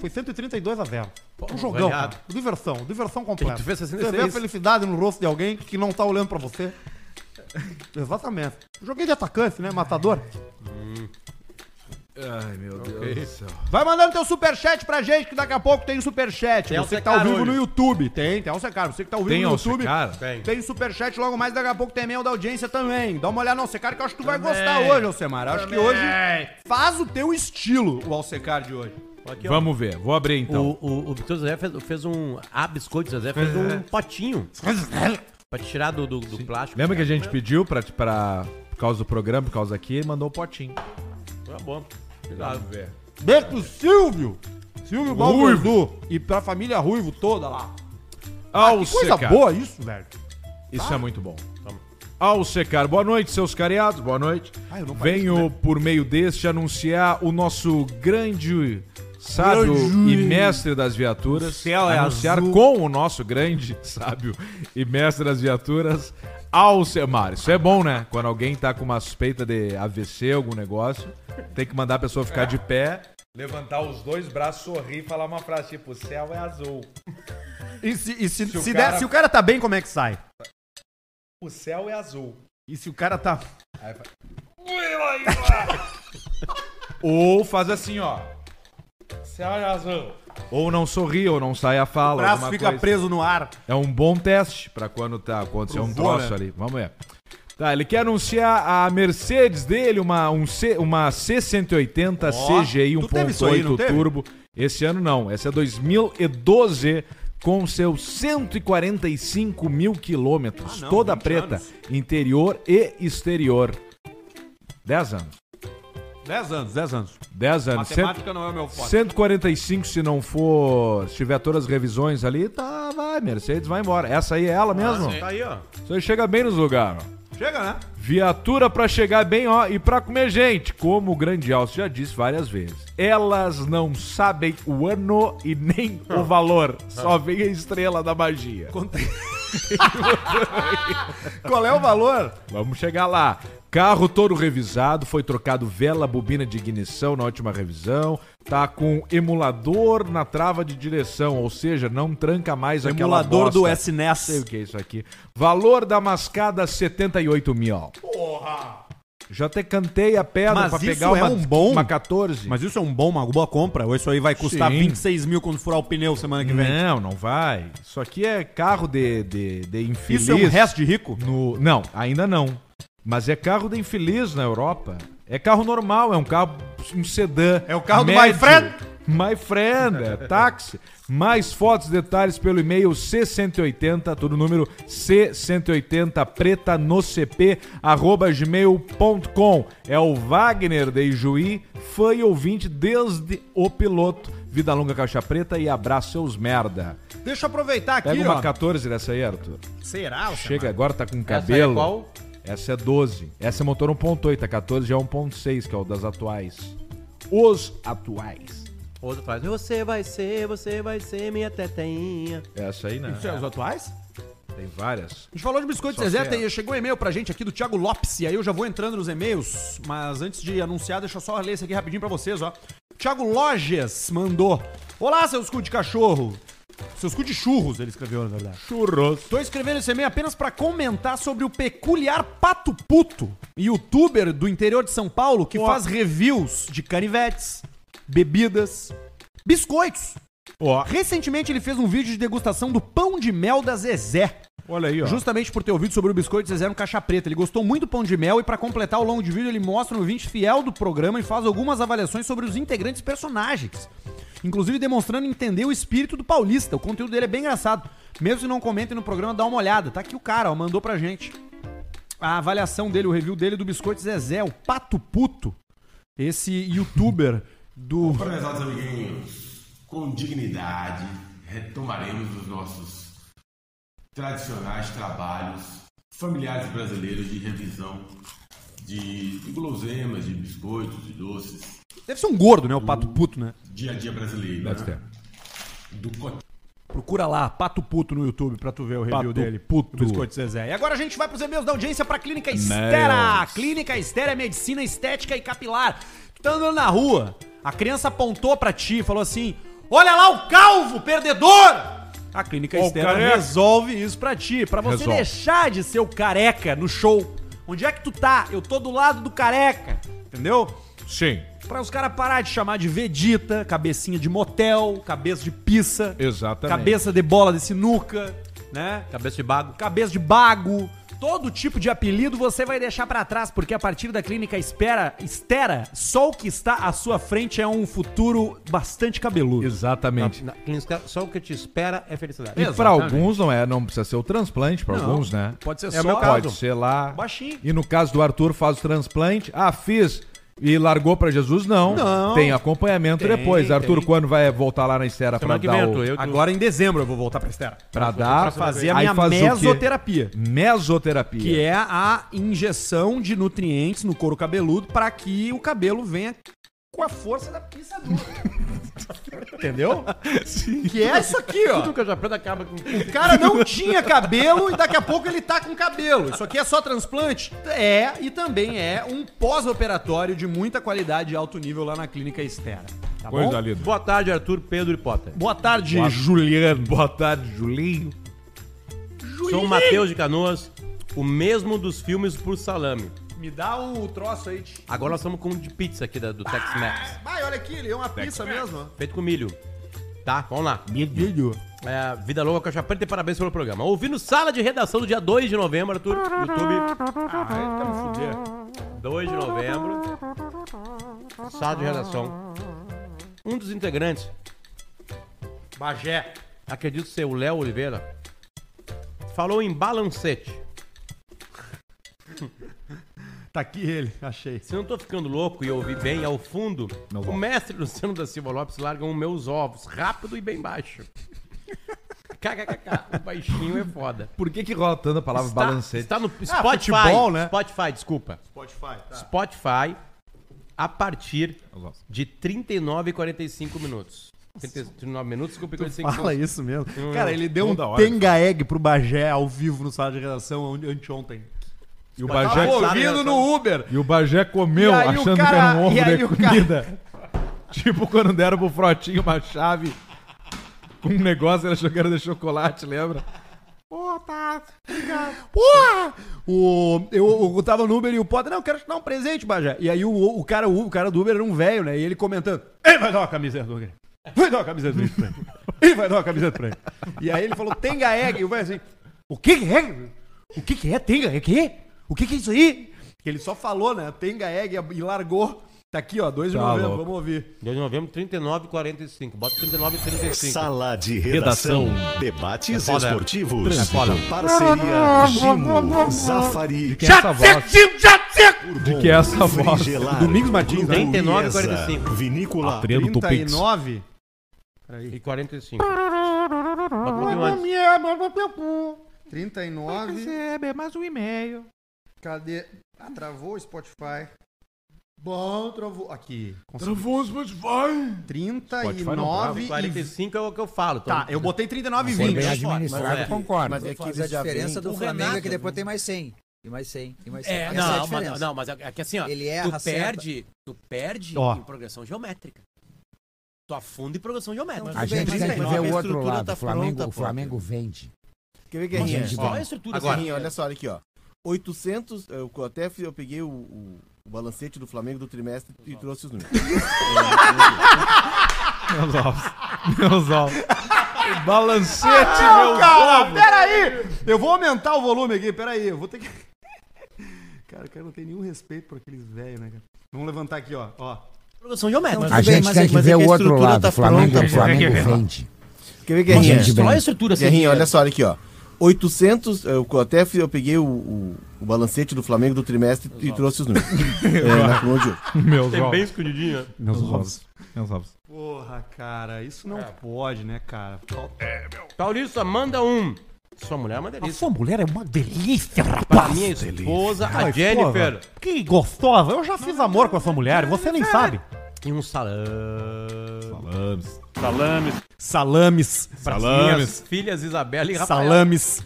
S1: Foi 132 a 0.
S2: Pô,
S1: um jogão, cara.
S2: ganhado.
S1: Diversão, diversão completa.
S2: Tu fez
S1: Você
S2: 66.
S1: vê a felicidade no rosto de alguém que não tá olhando pra você. Exatamente. Joguei de atacante, né? Matador.
S3: Ai, meu Deus do céu.
S7: Vai mandando teu superchat pra gente, que daqui a pouco tem superchat.
S2: Tem
S7: você que
S2: Alce
S7: tá ao vivo
S2: Carolho.
S7: no YouTube. Tem, tem Alce Caro. Você que tá ao vivo
S3: Tem
S7: no
S3: Alce
S7: YouTube.
S3: Caro?
S2: Tem.
S7: Tem superchat logo mais, daqui a pouco tem e-mail da audiência também. Dá uma olhada no Alcecar que eu acho que tu vai
S2: Também.
S7: gostar hoje, Alcemar. Eu Acho que
S2: Também.
S7: hoje faz o teu estilo, o Alcecar de hoje.
S2: Aqui, ó.
S3: Vamos ver. Vou abrir então.
S2: O, o, o Biscoito Zezé fez, fez um. Ah, Biscoito Zezé fez um potinho. pra tirar do, do, do plástico.
S3: Lembra que a gente pediu pra, pra, por causa do programa, por causa aqui, mandou o potinho.
S2: Tá bom. Obrigado.
S3: ver.
S7: Beijo pro Silvio. Silvio
S3: Ruivo.
S7: Baldu. E pra família Ruivo toda lá.
S3: Ao
S7: Que coisa
S3: secar.
S7: boa isso, velho.
S3: Isso é muito bom.
S2: Toma.
S3: Ao secar, boa noite, seus cariados, boa noite. Venho, por meio deste, anunciar o nosso grande sábio e mestre das viaturas. anunciar com o nosso grande sábio e mestre das viaturas, Alcemar. Isso é bom, né? Quando alguém tá com uma suspeita de AVC, algum negócio, tem que mandar a pessoa ficar de pé. Levantar os dois braços, sorrir e falar uma frase tipo: o céu é azul.
S7: E se, e se,
S3: Se o
S7: se
S3: cara-
S7: der- se o cara tá bem, como é que sai?
S3: O céu é azul.
S7: E se o cara tá.
S3: Ou faz assim, ó. Ou não sorri, ou não sai a fala.
S7: O braço
S3: alguma
S7: fica
S3: coisa.
S7: preso no ar.
S3: É um bom teste pra quando tá acontecer um
S7: voo,
S3: troço
S7: né?
S3: ali. Vamos ver. Tá, ele quer anunciar a Mercedes dele, uma, um C, uma C180 CGI
S7: tu teve isso aí, não
S3: 1.8
S7: teve?
S3: Turbo. Esse ano não, essa é 2012 com seus 145 mil quilômetros,
S7: Ah, não,
S3: toda
S7: 20
S3: preta,
S7: anos.
S3: interior e exterior. 10 anos.
S7: 10 anos, 10 anos.
S3: 10 anos. Cento-
S7: Matemática não é o meu forte.
S3: 145, se não for, se tiver todas as revisões ali, tá, vai, Mercedes, vai embora. Essa aí é ela
S7: Ah,
S3: mesmo.
S2: Tá aí, ó.
S3: Você chega bem nos lugares. ó.
S7: Chega, né?
S3: Viatura pra chegar bem, ó, e pra comer gente, como o grande Alce já disse várias vezes. Elas não sabem o ano e nem o valor. Só vem a estrela da magia.
S7: Qual é o valor?
S3: Vamos chegar lá. Carro todo revisado, foi trocado vela, bobina de ignição na última revisão, tá com emulador na trava de direção, ou seja, não tranca mais aquela
S7: Emulador
S3: bosta.
S7: do
S3: Sei o
S7: SNES.
S3: que é isso aqui. Valor da mascada 78 mil. Porra! Já até cantei a pedra
S7: Mas
S3: pra
S7: isso
S3: pegar uma,
S7: é um bom-
S3: uma 14.
S7: Mas isso é um bom, uma boa compra? Ou isso aí vai custar
S3: Sim.
S7: 26 mil quando furar o pneu semana que vem?
S3: Não, não vai. Isso aqui é carro de, de, de infeliz.
S7: Isso é um resto de rico?
S3: No... Não, ainda não. Mas é carro da infeliz na Europa. É carro normal, é um carro, um sedã.
S7: É o carro do my friend.
S3: My friend, é táxi. Mais fotos, detalhes pelo e-mail C180, todo número C180 preta no CP, arroba gmail.com. É o Wagner de Ijuí, fã e ouvinte desde o piloto. Vida longa, caixa preta e abraço seus merda.
S7: Deixa eu aproveitar aqui,
S3: Pega uma
S7: ó.
S3: 14 dessa aí, Arthur.
S7: Será?
S3: Chega agora, tá com
S2: Essa aí é
S3: cabelo.
S2: qual?
S3: Essa é 12. Essa é motor 1.8, a 14 já é 1.6, que é o das atuais. Os atuais.
S2: Outro faz, você vai ser, você vai ser minha teteinha.
S3: Essa aí, né?
S1: os atuais?
S3: Tem várias.
S1: A gente falou de biscoito
S3: Só
S1: Zezé,
S3: que é.
S1: tem, chegou um e-mail pra gente aqui do Thiago Lopes, e aí eu já vou entrando nos e-mails, mas antes de anunciar, deixa eu só ler esse aqui rapidinho pra vocês, ó. Thiago Loges mandou. Olá, seus cu de cachorro. Seus cu de churros, ele escreveu, na verdade.
S3: Churros.
S1: Tô escrevendo esse e-mail apenas pra comentar sobre o peculiar Pato Puto, youtuber do interior de São Paulo que faz reviews de canivetes, bebidas, biscoitos.
S3: Ó,
S1: Recentemente ele fez um vídeo de degustação do pão de mel da Zezé.
S3: olha aí, ó.
S1: Justamente por ter ouvido sobre o biscoito Zezé no Caixa Preta. Ele gostou muito do pão de mel e pra completar ao longo do vídeo ele mostra um ouvinte fiel do programa e faz algumas avaliações sobre os integrantes e personagens. Inclusive demonstrando entender o espírito do paulista. O conteúdo dele é bem engraçado. Mesmo que não comentem no programa, dá uma olhada. Tá aqui o cara, ó, mandou pra gente. A avaliação dele, o review dele do biscoito Zezé, o Pato Puto. Esse youtuber do...
S8: Para meus altos amiguinhos, com dignidade, retomaremos os nossos tradicionais trabalhos familiares brasileiros de revisão de, de guloseimas, de biscoitos, de doces,
S1: Deve ser um gordo, né? O Pato Puto, né?
S8: dia a dia brasileiro.
S3: Deve
S8: né?
S3: ter.
S8: Do co-
S1: Procura lá, Pato Puto no YouTube pra tu ver o review
S3: Pato
S1: dele.
S3: Puto.
S1: do Biscoito Zezé. E agora a gente vai pros e-mails da audiência pra Clínica Estera. Clínica Estera é medicina estética e capilar. Tu tá andando na rua, a criança apontou pra ti e falou assim: Olha lá o calvo perdedor! A Clínica
S3: Ó, o
S1: Estera
S3: careca.
S1: resolve isso pra ti, pra você
S3: Resolve.
S1: deixar de ser o careca no show. Onde é que tu tá? Eu tô do lado do careca, entendeu?
S3: Sim,
S1: Pra os caras parar de chamar de vedita, cabecinha de motel, cabeça de pizza.
S3: exatamente.
S1: Cabeça de bola de sinuca, né?
S2: Cabeça de bago.
S1: Cabeça de bago. Todo tipo de apelido você vai deixar pra trás, porque a partir da clínica espera, estera, só o que está à sua frente é um futuro bastante cabeludo.
S3: Exatamente.
S2: Na clínica, só o que te espera é felicidade.
S3: E pra alguns não é, não precisa ser o transplante, pra alguns, né?
S1: Pode ser
S3: é
S1: só-
S3: meu
S1: caso.
S3: Pode ser lá.
S1: Baixinho.
S3: E no caso do Arthur faz o transplante, ah, fiz e largou pra Jesus, não.
S1: Não.
S3: Tem acompanhamento depois. Arthur,
S2: tem.
S3: quando vai voltar lá na estera
S1: é
S3: pra
S1: um
S2: Semana que
S3: dar
S2: vem,
S3: o-
S2: Arthur, eu tu-
S1: Agora em dezembro eu vou voltar pra estera.
S3: pra dar,
S1: Pra fazer a
S3: aí
S1: minha
S3: faz o quê?
S1: mesoterapia.
S3: Mesoterapia.
S1: Que é a injeção de nutrientes no couro cabeludo pra que o cabelo venha com a força da pisadura. Entendeu? Sim. Que é essa aqui, ó.
S2: Tudo que eu já aprendo acaba com...
S1: O cara não tinha cabelo e daqui a pouco ele tá com cabelo. Isso aqui é só transplante? É, e também é um pós-operatório de muita qualidade e alto nível lá na clínica Estera. Tá bom?
S3: Coisa linda.
S2: Boa tarde, Arthur, Pedro e Potter.
S1: Boa tarde,
S3: Boa-
S1: Ju.
S3: Juliano. Boa tarde, Julinho.
S2: Sou Matheus de Canoas, o mesmo dos filmes por salame.
S1: Me dá o troço aí. tch.
S2: Agora nós estamos com um de pizza aqui da- do Tex-Mex,
S1: Vai, olha aqui, ele é uma pizza mesmo.
S2: feito com milho. Tá, vamos lá. É, vida Longa Caixa Preta e parabéns pelo programa. Ouvindo Sala de Redação do dia 2 de novembro, Arthur, YouTube.
S1: Ah, tá me fuder.
S2: 2 de novembro. Sala de Redação. Um dos integrantes,
S1: Bagé.
S2: acredito ser o Léo Oliveira, falou em balancete.
S1: Tá aqui ele, achei.
S2: Se eu não tô ficando louco e ouvi bem ao fundo, o mestre Luciano da Silva Lopes larga os meus ovos, rápido e bem baixo. KKKK, o baixinho é foda.
S3: Por que que rola tanto a palavra
S2: Está,
S3: balancete?
S2: está no Spotify,
S1: Ah, futebol, né?
S2: Spotify, desculpa.
S1: Spotify, tá.
S2: Spotify, a partir
S3: Olha lá.
S2: de 39 e 45 minutos. 30 39 minutos, desculpa, 45
S1: Fala
S2: minutos.
S1: isso mesmo. Cara, ele deu um
S3: da hora.
S1: tenga egg pro Bagé ao vivo no sala de redação onde- anteontem.
S3: E o Bagé,
S1: Tava
S2: Sala de
S1: Tá ouvindo
S2: redação.
S1: no Uber.
S3: e o Bagé comeu
S1: E aí o
S3: achando que
S1: cara-
S3: era um ovo
S1: e aí
S3: de
S1: o cara-
S3: comida. tipo quando deram pro Frotinho uma chave com um negócio, ele achou que era de chocolate, lembra?
S1: Porra! O, eu, eu tava no Uber e o Potter, não, eu quero te dar um presente, Bajé. E aí o, o, cara, o, cara do Uber era um velho, né? E ele comentando, ele vai dar uma camiseta do Grêmio. Vai dar uma camiseta do Grêmio pra ele. Ele vai dar uma camiseta pra ele. E aí ele falou, tenga egg. E o velho assim, o que que é? O que que é tenga egg? O quê? O que que é isso aí? Ele só falou, né? Tenga egg e largou. Tá aqui, ó, 2 de
S3: Tá
S1: novembro,
S3: louco.
S1: vamos ouvir.
S2: 2 de novembro, 39 e 45. Bota 39 e 35.
S9: Sala de redação. Debates
S2: foda.
S9: esportivos.
S2: É foda.
S9: Parceria Gimo, Zafari,
S3: Que é essa voz?
S9: Bourbon,
S3: que é essa voz?
S9: Frigelar,
S1: Domingos Martins, né?
S2: 39 e
S9: Luiesa,
S2: 45.
S9: Vinícola,
S3: Treino do Tupix.
S2: E 45. Bota um pouquinho antes.
S5: 39. Recebe mais um e-mail.
S10: Cadê? Ah, travou o Spotify. Bom, travou. Aqui.
S3: Travou o Spotify.
S10: 39 e...
S2: 45 é o que eu falo. tô-
S1: Tá, eu botei 39 e 20.
S2: Mas é.
S11: concordo.
S12: Mas é que a diferença do
S11: O
S12: Flamengo é
S11: Renato,
S12: que depois tem mais 100. E mais 100. E mais 100.
S11: É,
S12: Essa é a
S11: não,
S12: diferença.
S11: mas, não, mas é é que assim, ó,
S12: Ele erra,
S11: tu
S12: acerta.
S11: perde, tu perde
S1: Ó.
S11: em progressão geométrica. Tu afunda em progressão geométrica.
S12: A
S1: é
S12: gente tem que
S9: é
S12: ver o outro lado.
S1: tá
S12: O Flamengo- o Flamengo
S9: vende.
S12: Quer ver,
S9: Mas,
S12: Guerrinha?
S9: gente,
S12: Ó,
S9: é? ó,
S11: Olha a estrutura agora,
S12: Guerrinha,
S11: olha
S12: olha só, olha aqui, ó.
S9: 800, eu até fiz- eu peguei o, o- o balancete do Flamengo do trimestre e trouxe os números.
S3: Meus ovos. Meus ovos. O Balancete, meu ovo.
S1: Peraí! Eu vou aumentar o volume aqui, peraí. Eu vou ter que. Cara, o cara não tem nenhum respeito por aqueles velhos, né, cara? Vamos levantar aqui, ó. ó.
S11: progressão
S1: Tá
S11: geométrica.
S9: A gente
S1: é
S9: tem que ver o outro lado, o Flamengo- o
S11: Flamengo
S9: vende. Quer ver,
S11: Mas,
S9: Guerrinha?
S11: gente, olha a estrutura assim.
S9: Guerrinha, olha só, olha aqui, ó. 800, eu até fiz- eu peguei o, o- o balancete do Flamengo do trimestre e trouxe os números. é, na coluna de hoje.
S3: Meus ovos.
S2: escondidinho.
S3: Meus ovos. Meus ovos.
S1: Porra, cara, isso não pode, né, cara?
S2: Paulista, manda um. Sua mulher é uma delícia.
S1: Sua mulher é uma delícia,
S2: Pra
S1: rapaz!
S2: minha esposa, a
S1: Ai,
S2: Jennifer,
S1: Que gostosa! Eu já fiz amor com a sua mulher, você nem sabe.
S2: em um salão.
S1: Salames,
S2: Para
S3: Salames.
S2: minhas filhas Isabela e Rafaela.
S1: salames.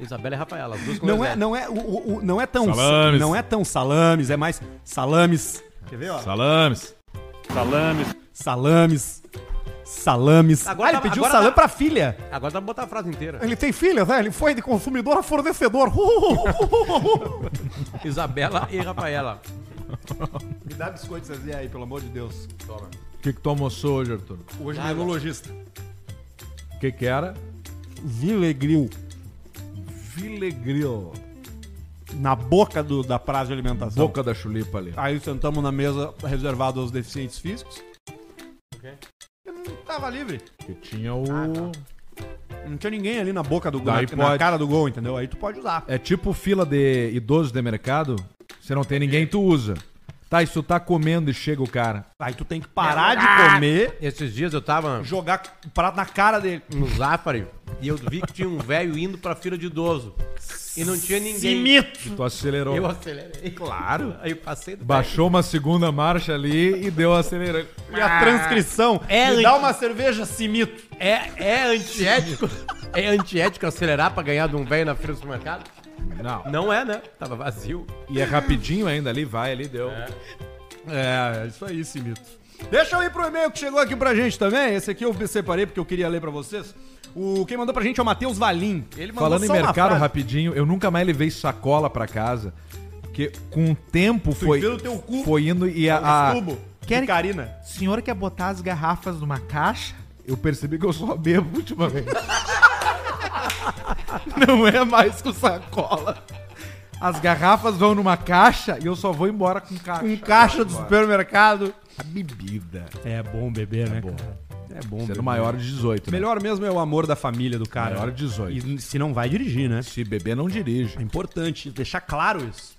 S2: Isabela e Rafaela, as duas com
S1: Não
S2: dois
S1: é,
S2: L.
S1: não é, o- o- o- não é tão,
S3: Salames.
S1: não é tão salames, é mais salames. Quer ver, ó?
S3: Salames.
S1: Salames, salames.
S2: Agora
S1: ah, ele
S2: tá-
S1: pediu
S2: agora
S1: salame
S2: tá-
S1: pra filha.
S2: Agora dá pra botar a frase inteira.
S1: Ele tem filha, né? Ele foi de consumidor a fornecedor.
S2: Isabela e Rafaela.
S1: Me dá biscoito Zezé aí, pelo amor de Deus.
S3: O que, que tu almoçou hoje, Arthur?
S1: Hoje meu neurologista.
S3: O que, que era?
S1: Vilegril.
S3: Vilegril.
S1: Na boca do- da praça de alimentação.
S3: Boca da chulipa ali.
S1: Aí sentamos na mesa reservada aos deficientes físicos. Eu não tava livre.
S3: Que tinha o.
S1: Ah, tá. Não tinha ninguém ali na boca do gol,
S3: Daí
S1: na, na
S3: pode.
S1: cara do gol, entendeu? Aí tu pode usar.
S3: É tipo fila de idoso de mercado. Você não tem ninguém, tu usa. Tá, isso tá comendo e chega o cara.
S1: Aí tu tem que parar de comer,
S2: Esses dias eu tava
S1: jogar o prato na cara dele.
S2: no Zafari e eu vi que tinha um velho indo pra fila de idoso. E não tinha ninguém.
S3: E tu acelerou.
S2: Eu acelerei. Claro. Aí eu passei do
S3: Baixou uma segunda marcha ali e deu acelerando. Ah.
S1: E a transcrição
S2: É,
S1: me
S2: hein?
S1: dá uma cerveja simito.
S2: É, é antiético. é antiético acelerar pra ganhar de um velho na fila do supermercado?
S3: Não.
S2: Não é, né? Tava vazio.
S3: E é rapidinho ainda ali, vai ali, deu.
S1: É, é isso aí, Simito. Deixa eu ir pro e-mail que chegou aqui pra gente também. Esse aqui eu separei porque eu queria ler pra vocês. O quem mandou pra gente é o Matheus Valim. Ele mandou
S3: Falando em
S1: só uma
S3: mercado
S1: frase.
S3: rapidinho, eu nunca mais levei sacola pra casa. Porque com o tempo foi.
S1: enfia no teu cu.
S3: Foi indo e a. a-
S1: Cubo.
S13: Querem-
S1: Karina.
S13: O senhor quer botar as garrafas numa caixa?
S3: eu percebi que eu só bebo ultimamente. Não é mais com sacola. As garrafas vão numa caixa e eu só vou embora com caixa.
S1: Um caixa do supermercado.
S3: Hum. A bebida.
S1: É bom beber, né? É bom.
S3: Sendo maior de 18. né?
S1: Melhor mesmo é o amor da família do cara.
S3: Maior de 18.
S1: E se não vai dirigir, né?
S3: Se beber, não dirige.
S1: É importante deixar claro isso.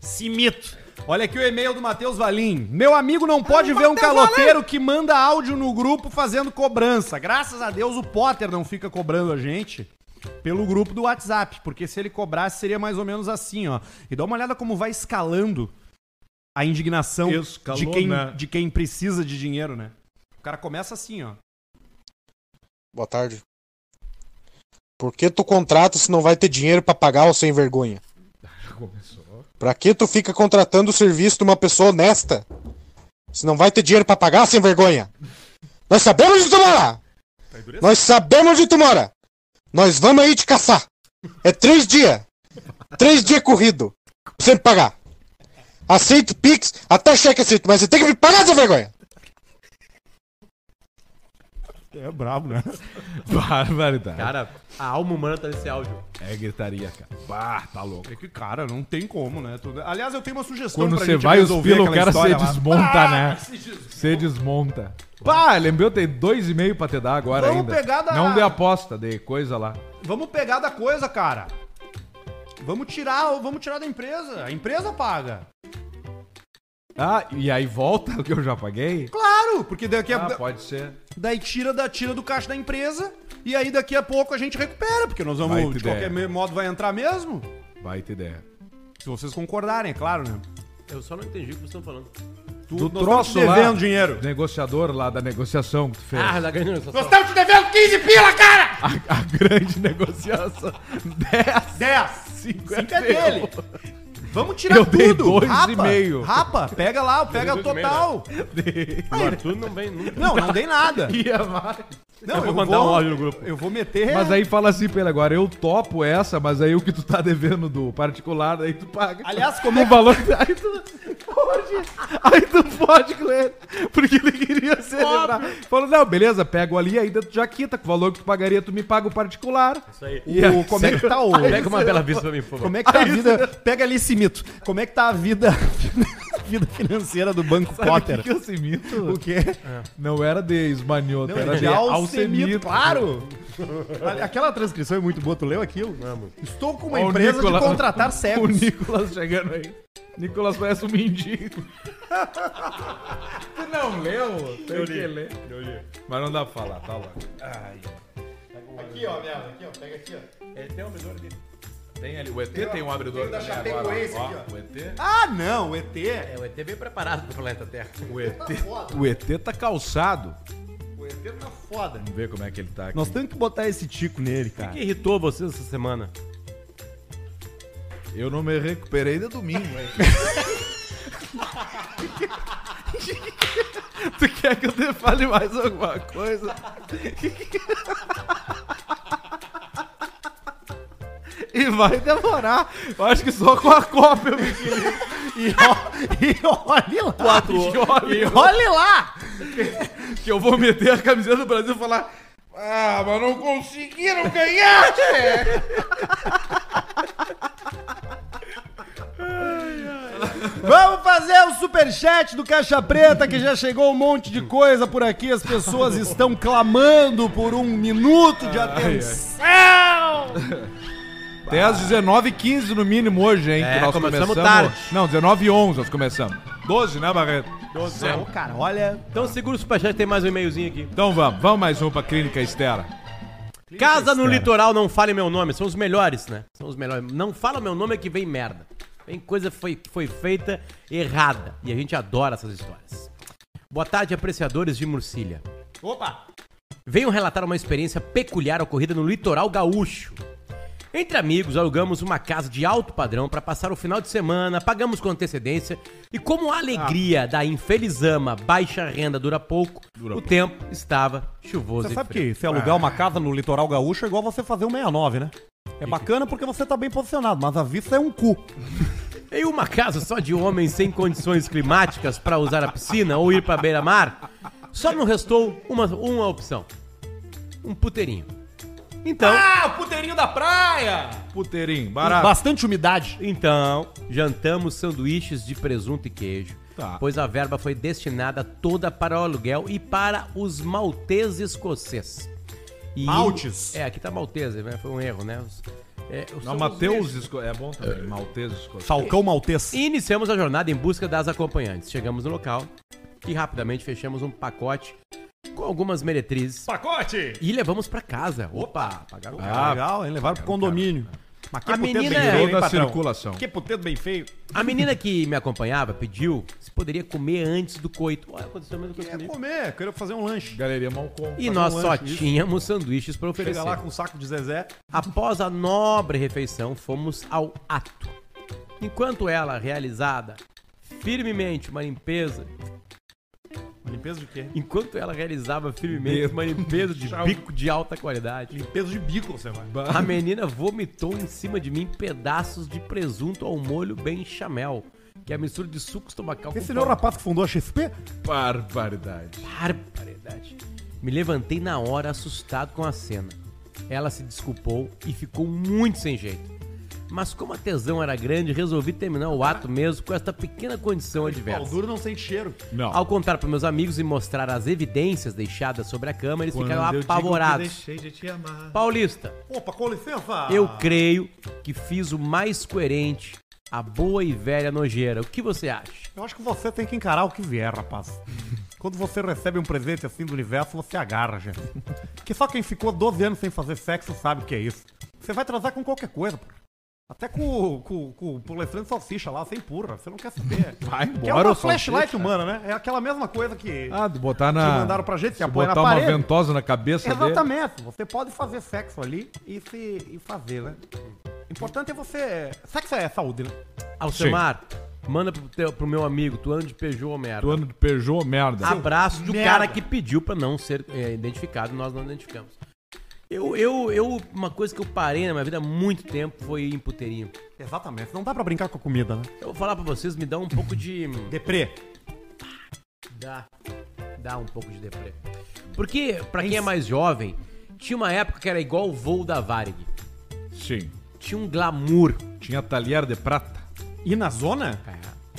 S1: Simito. Olha aqui o e-mail do Matheus Valim. Meu amigo não pode ver um caloteiro que manda áudio no grupo fazendo cobrança. Graças a Deus o Potter não fica cobrando a gente pelo grupo do WhatsApp, porque se ele cobrasse seria mais ou menos assim, ó. E dá uma olhada como vai escalando a indignação
S3: Escalou,
S1: de quem,
S3: né?
S1: de quem precisa de dinheiro, né? O cara começa assim, ó.
S14: Boa tarde. Por que tu contrata se não vai ter dinheiro pra pagar o sem vergonha? Pra que tu fica contratando o serviço de uma pessoa honesta? Se não vai ter dinheiro pra pagar, sem vergonha. Nós sabemos onde tu mora! Nós sabemos onde tu mora! Nós vamos aí te caçar! É três dias! Três dias corrido! Sem pagar! Aceito Pix, até cheque aceito, mas você tem que me pagar, sem vergonha!
S1: É brabo, né?
S3: Barbaridade.
S2: Cara, a alma humana tá nesse áudio.
S3: É gritaria, cara. Bah, tá louco.
S1: É que, cara, não tem como, né? Tudo- Aliás, eu tenho uma sugestão
S3: Quando
S1: pra
S3: você
S1: gente
S3: vai os
S1: resolver
S3: pila, o
S1: aquela
S3: cara se
S1: história lá. Ah,
S3: desmonta, né? Você desmonta. Pá, lembrou? Tem dois e meio pra te dar agora
S1: Vamos
S3: ainda.
S1: pegar da-
S3: Não de aposta, de coisa lá.
S1: Vamos pegar da coisa, cara. Vamos tirar, vamos tirar da empresa. A empresa paga.
S3: Ah, e aí volta o que eu já paguei?
S1: Claro, porque daqui a
S3: Ah, pode ser.
S1: daí tira da tira do caixa da empresa e aí daqui a pouco a gente recupera, porque nós
S3: Vai
S1: vamos
S3: ter
S1: de qualquer
S3: ideia.
S1: modo vai entrar mesmo.
S3: Baita ideia.
S1: Se vocês concordarem, é claro, né?
S2: Eu só não entendi o que vocês estão falando.
S3: Do troço
S1: estamos te devendo
S3: lá,
S1: dinheiro.
S3: Negociador lá da negociação que tu fez.
S2: da grande
S11: Nós estamos te devendo 15 pila, cara!
S3: A, a grande negociação. 10.
S1: 10.
S3: 50
S1: é dele. Vamos tirar
S3: Eu
S1: tudo.
S3: dei dois
S1: Rapa,
S3: e meio.
S1: Rapa, pega lá, pega o
S2: dois e meio,
S3: né?
S1: total.
S2: O Arthur não vem nunca.
S1: Não, não dei nada.
S3: Ia mais.
S1: Não,
S2: Eu vou mandar um áudio no grupo.
S1: Eu vou meter.
S3: Mas aí fala assim pra ele agora, eu topo essa, mas aí o que tu tá devendo do particular, aí tu paga.
S1: Aliás, como é
S3: O
S1: que-
S3: valor... Aí tu pode, aí tu pode com ele, porque ele queria celebrar. Falou, não, beleza, pego ali, ainda tu já quita, com o valor que tu pagaria, tu me paga o particular.
S2: Isso aí.
S3: E aí,
S1: O, como é que tá o.
S2: Pega uma bela vista pra mim, por favor.
S1: Como é que tá a vida. Pega ali esse mito. Como é que tá a vida, vida financeira do Banco
S3: Sabe
S1: Potter?
S3: o que que é esse mito?
S1: O quê?
S3: Não era de esmanhoto, era de alcemito.
S1: claro! Ali- Aquela transcrição é muito boa, tu leu aquilo?
S2: Vamos.
S1: Estou com uma
S3: Ó, o
S1: empresa
S3: Nicolas-
S1: de contratar
S3: É O
S1: cegos.
S3: Nicolas chegando aí. Nicolas parece um mendigo. tu não leu? Tem que ler.
S2: Eu li.
S3: Mas não dá pra falar, tá lá.
S1: Aqui, ó, minha, aqui, ó, pega aqui, ó.
S2: Ele tem um visor dele.
S3: Tem ali, o ET tem, um abridor
S1: da
S3: também
S1: Chapecoense
S3: agora,
S1: aqui,
S3: ó. O ET.
S1: Ah, não, o ET.
S2: É, o ET é bem preparado pro planeta Terra.
S3: O ET, o ET tá calçado.
S1: O ET tá foda.
S3: Vamos ver como é que ele tá aqui.
S1: Nós temos que botar esse tico nele,
S2: O
S1: cara.
S2: que irritou vocês essa semana?
S3: Eu não me recuperei de domingo, hein? tu quer que eu te fale mais alguma coisa? e vai demorar. Eu acho que só com a Copa eu me equilibro.
S1: E, ó, e olha lá.
S3: E olha-
S1: Olha lá!
S3: que eu vou meter a camiseta do Brasil e falar. Ah, mas não conseguiram ganhar! né?"
S1: Vamos fazer o superchat do Caixa Preta, que já chegou um monte de coisa por aqui. As pessoas estão clamando por um minuto de atenção.
S3: Até às 19h15 no mínimo hoje, hein?
S2: É,
S3: que nós
S2: começamos
S3: começamos.
S2: tarde.
S3: Não, 19h11 nós começamos. 12, né, Barreto?
S1: Não, cara, olha.
S2: Então segura o superchat, tem mais um e-mailzinho aqui.
S3: Então vamos, vamos mais um pra Clínica Estera.
S2: Casa no litoral, não fale meu nome. São os melhores, né? São os melhores. Não fala meu nome é que vem merda. Vem coisa foi, foi feita errada. E a gente adora essas histórias. Boa tarde, apreciadores de Murcilha.
S1: Opa!
S2: Venham relatar uma experiência peculiar ocorrida no litoral gaúcho. Entre amigos, alugamos uma casa de alto padrão para passar o final de semana, pagamos com antecedência e como a
S1: Ah.
S2: alegria da infelizama baixa renda dura pouco, o tempo estava chuvoso
S1: Você
S2: e
S1: sabe
S2: frio.
S1: que se
S3: Ah.
S1: alugar uma casa no litoral gaúcho é igual você fazer um 69, né? É bacana porque você tá bem posicionado, mas a vista é um cu.
S2: Em uma casa só de homens sem condições climáticas para usar a piscina ou ir para beira-mar, só não restou uma, uma opção: um puteirinho. Então,
S1: Ah, o puteirinho da praia!
S3: Puteirinho, barato.
S1: Bastante umidade.
S2: então, jantamos sanduíches de presunto e queijo,
S3: Tá.
S2: pois a verba foi destinada toda para o aluguel e para os malteses escoceses. E-
S1: Maltes?
S2: É, aqui tá maltese, né? Foi um erro, né? Os- é, os- são
S3: Não,
S2: os-
S3: Mateus esco... é bom também. Maltese escocês.
S1: Falcão Maltês.
S2: E Iniciamos a jornada em busca das acompanhantes. Chegamos no local e rapidamente fechamos um pacote com algumas meretrizes
S1: Pacote!
S2: e levamos pra casa. Opa, pagaram caro.
S1: Ah, legal, hein? Levaram pro condomínio. Mas
S2: A
S1: puteiro
S2: menina- é
S1: bem feio, hein,
S3: Toda a
S1: patrão?
S3: circulação.
S1: Que puteiro bem feio.
S2: A menina que me acompanhava pediu se poderia comer antes do coito. Olha, aconteceu a mesma coisa comigo.
S1: É comer, queria fazer um lanche.
S3: Galeria Malcom.
S2: E
S1: fazer
S2: nós
S1: um
S2: só
S1: lanche, isso.
S2: tínhamos sanduíches pra
S1: Chega
S2: oferecer.
S1: lá com o saco de Zezé.
S2: Após a nobre refeição, fomos ao ato. Enquanto ela, realizada firmemente uma limpeza
S1: Limpeza de quê?
S2: Enquanto ela realizava firmemente uma limpeza de bico de alta qualidade,
S1: Limpeza de bico, você vai.
S2: a menina vomitou em cima de mim pedaços de presunto ao molho bem chamel, que é a mistura de suco estomacal
S1: Esse não é o
S2: pão.
S1: rapaz que fundou a XP?
S3: Barbaridade.
S2: Barbaridade. Me levantei na hora assustado com a cena. Ela se desculpou e ficou muito sem jeito. Mas como a tesão era grande, resolvi terminar o ato mesmo com esta pequena condição
S1: Pau
S2: adversa.
S1: duro não sente cheiro.
S3: Não.
S2: Ao contar para meus amigos e mostrar as evidências deixadas sobre a cama, eles ficaram
S3: Quando eu digo
S2: apavorados.
S3: que deixei de te amar.
S2: Paulista,
S1: Opa, com licença.
S2: eu
S3: Ah.
S2: creio que fiz o mais coerente, a boa e velha nojeira. O que você acha?
S1: Eu acho que você tem que encarar o que vier, rapaz. Quando você recebe um presente assim do universo, você agarra, gente. Porque só quem ficou 12 anos sem fazer sexo sabe o que é isso. Você vai transar com qualquer coisa, pô. Até com, com, com o polefrante salsicha lá, você empurra, você não quer saber.
S3: Vai
S1: Que
S3: embora,
S1: é uma
S3: o salsicha.
S1: flashlight humana, né? É aquela mesma coisa que.
S3: Ah, de botar na.
S1: Que mandaram pra gente, que
S3: se
S1: apoia na
S3: botar uma
S1: parede.
S3: ventosa na cabeça dele.
S1: Exatamente. Você pode fazer sexo ali e, se, e fazer, né? O importante é você. Sexo é saúde, né?
S2: Alcemar, manda pro, teu- pro meu amigo, tu anda de Peugeot, merda.
S3: Do ano de Peugeot, merda.
S2: Abraço do
S3: Merda.
S2: cara que pediu pra não ser é, identificado, nós não identificamos. Eu, eu, eu, uma coisa que eu parei na minha vida há muito tempo foi ir em puteirinho.
S1: Exatamente. Não dá pra brincar com a comida, né?
S2: Eu vou falar pra vocês, me dá um pouco de.
S1: Deprê.
S2: Dá. Dá um pouco de deprê. Porque, pra quem é mais jovem, tinha uma época que era igual o voo da Varig.
S3: Sim.
S2: Tinha um glamour.
S3: Tinha talher de prata.
S1: E na zona?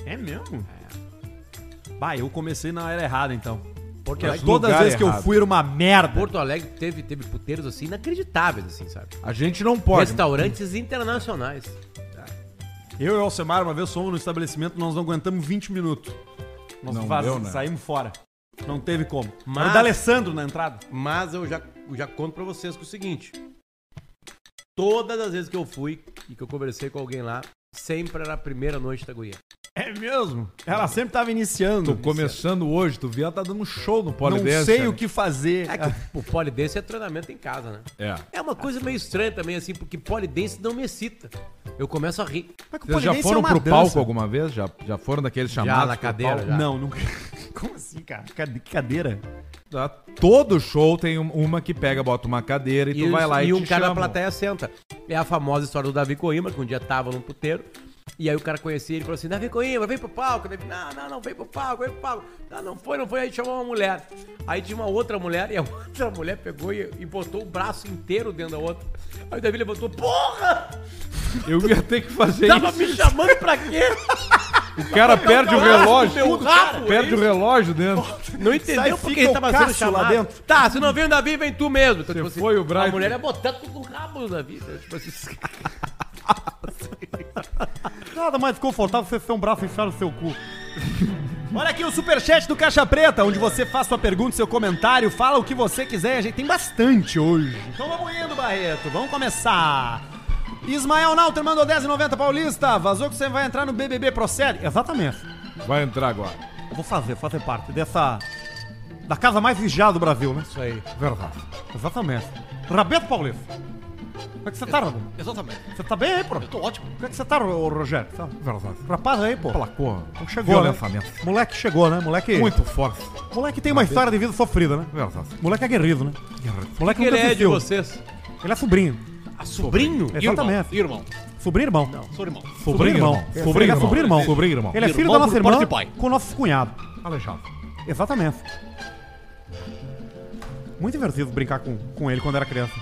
S1: É mesmo? É. Bah, eu comecei na era errada, então. Porque
S2: Mas
S1: todas as
S2: lugar
S1: vezes que eu
S2: errado.
S1: fui era uma merda.
S2: Porto Alegre teve, teve puteiros assim inacreditáveis, assim, sabe?
S3: A gente não pode.
S2: tá Restaurantes internacionais.
S1: Eu e o Alcemar, uma vez fomos no estabelecimento, nós não aguentamos 20 minutos. Nós
S3: Não
S1: vaz-
S3: deu, né?
S1: saímos fora. Não teve como.
S2: Mas-
S1: Mas... o da Alessandro na entrada.
S2: Mas eu já, eu já conto pra vocês que é o seguinte: todas as vezes que eu fui e que eu conversei com alguém lá, sempre era a primeira noite da guria.
S1: É mesmo? Ela sempre tava iniciando.
S3: Tô começando hoje, tu viu? Ela tá dando um show no
S1: não
S3: Polidense. né?
S1: sei o que fazer.
S2: É que o polidense é treinamento em casa, né?
S3: É.
S2: É uma coisa meio estranha também, assim, porque polidense não me excita. Eu começo a rir.
S3: Vocês
S1: é
S3: já foram pro palco alguma vez? Já, já foram daqueles chamados?
S2: na
S3: pro
S2: cadeira,
S3: palco?
S2: já.
S1: Não, nunca. Como assim, cara? Cade- Que cadeira?
S3: Tá. Todo show tem um- uma que pega, bota uma cadeira e,
S2: E,
S3: tu vai lá e,
S2: e um
S3: te
S2: cara na
S3: chamam.
S2: plateia senta. É a famosa história do Davi Coimbra, que um dia tava num puteiro. E aí o cara conhecia ele e falou assim: Davi Coimbra, vem pro palco. Davi, não, não, não, vem pro palco, vem pro palco. Não, não foi, não foi. Aí chamou uma mulher. Aí tinha uma outra mulher e a outra mulher pegou e, e botou o braço inteiro dentro da outra. Aí o Davi levantou: Porra!
S3: Eu ia ter que fazer
S2: Tava
S3: isso.
S2: me chamando pra quê?
S3: O cara perde o
S2: Tava
S3: relógio.
S2: meu rabo,
S3: perde
S2: é
S3: o
S2: isso?
S3: relógio dentro.
S2: Não entendeu
S1: Sai,
S2: porque
S1: fica
S2: ele
S1: o
S2: tava sendo
S1: Cássio lá
S2: chamado.
S1: dentro.
S2: Tá, se não vem o Davi, vem tu mesmo. Então, tipo assim,
S3: foi o
S2: A
S3: Brian.
S2: mulher ia botar tudo no rabo do Davi. Então, tipo assim,
S1: Nada mais desconfortável você ser um braço enfiado no seu cu. Olha aqui o superchat do Caixa Preta, onde você faz sua pergunta, seu comentário, fala o que você quiser. A gente tem bastante hoje. Então vamos indo, Barreto. Vamos começar. Ismael Nauter mandou 10,90 paulista. Vazou que você vai entrar no BBB Procede. Exatamente.
S3: Vai entrar agora.
S1: Eu vou fazer, fazer parte dessa... Da casa mais vigiada do Brasil, né?
S2: isso aí.
S1: Verdade. Exatamente. Rabeto Paulista. Como é que você tá, Rabeto?
S11: Exatamente.
S1: Você tá bem aí, pô? Eu
S11: tô ótimo.
S1: Como é que você tá, ô, Rogério? Tá- Rapaz aí, pô.
S3: Placou.
S1: Então chegou, né?
S3: Violentamente.
S1: Moleque chegou, né? Moleque.
S3: Muito forte.
S1: Moleque tem uma história de vida sofrida, né?
S3: Verdade.
S1: Moleque é guerreiro, né? Moleque
S2: Que ele
S1: nunca
S2: é de
S1: desistiu.
S2: vocês?
S1: Ele é sobrinho.
S2: A sobrinho? é.
S1: Exatamente.
S11: Irmão.
S1: Sobrinho irmão. Não.
S11: Sou irmão.
S1: Sobrinho irmão.
S3: Sobrinho-irmão.
S1: Sobrinho é sobrinho irmão.
S3: Sobrinho-irmão.
S1: Ele é filho
S11: Irmão por
S1: da nossa
S11: parte
S1: irmã
S11: de pai.
S1: com o nosso cunhado.
S3: Alejandro.
S1: Exatamente. Muito divertido brincar com, com ele quando era criança.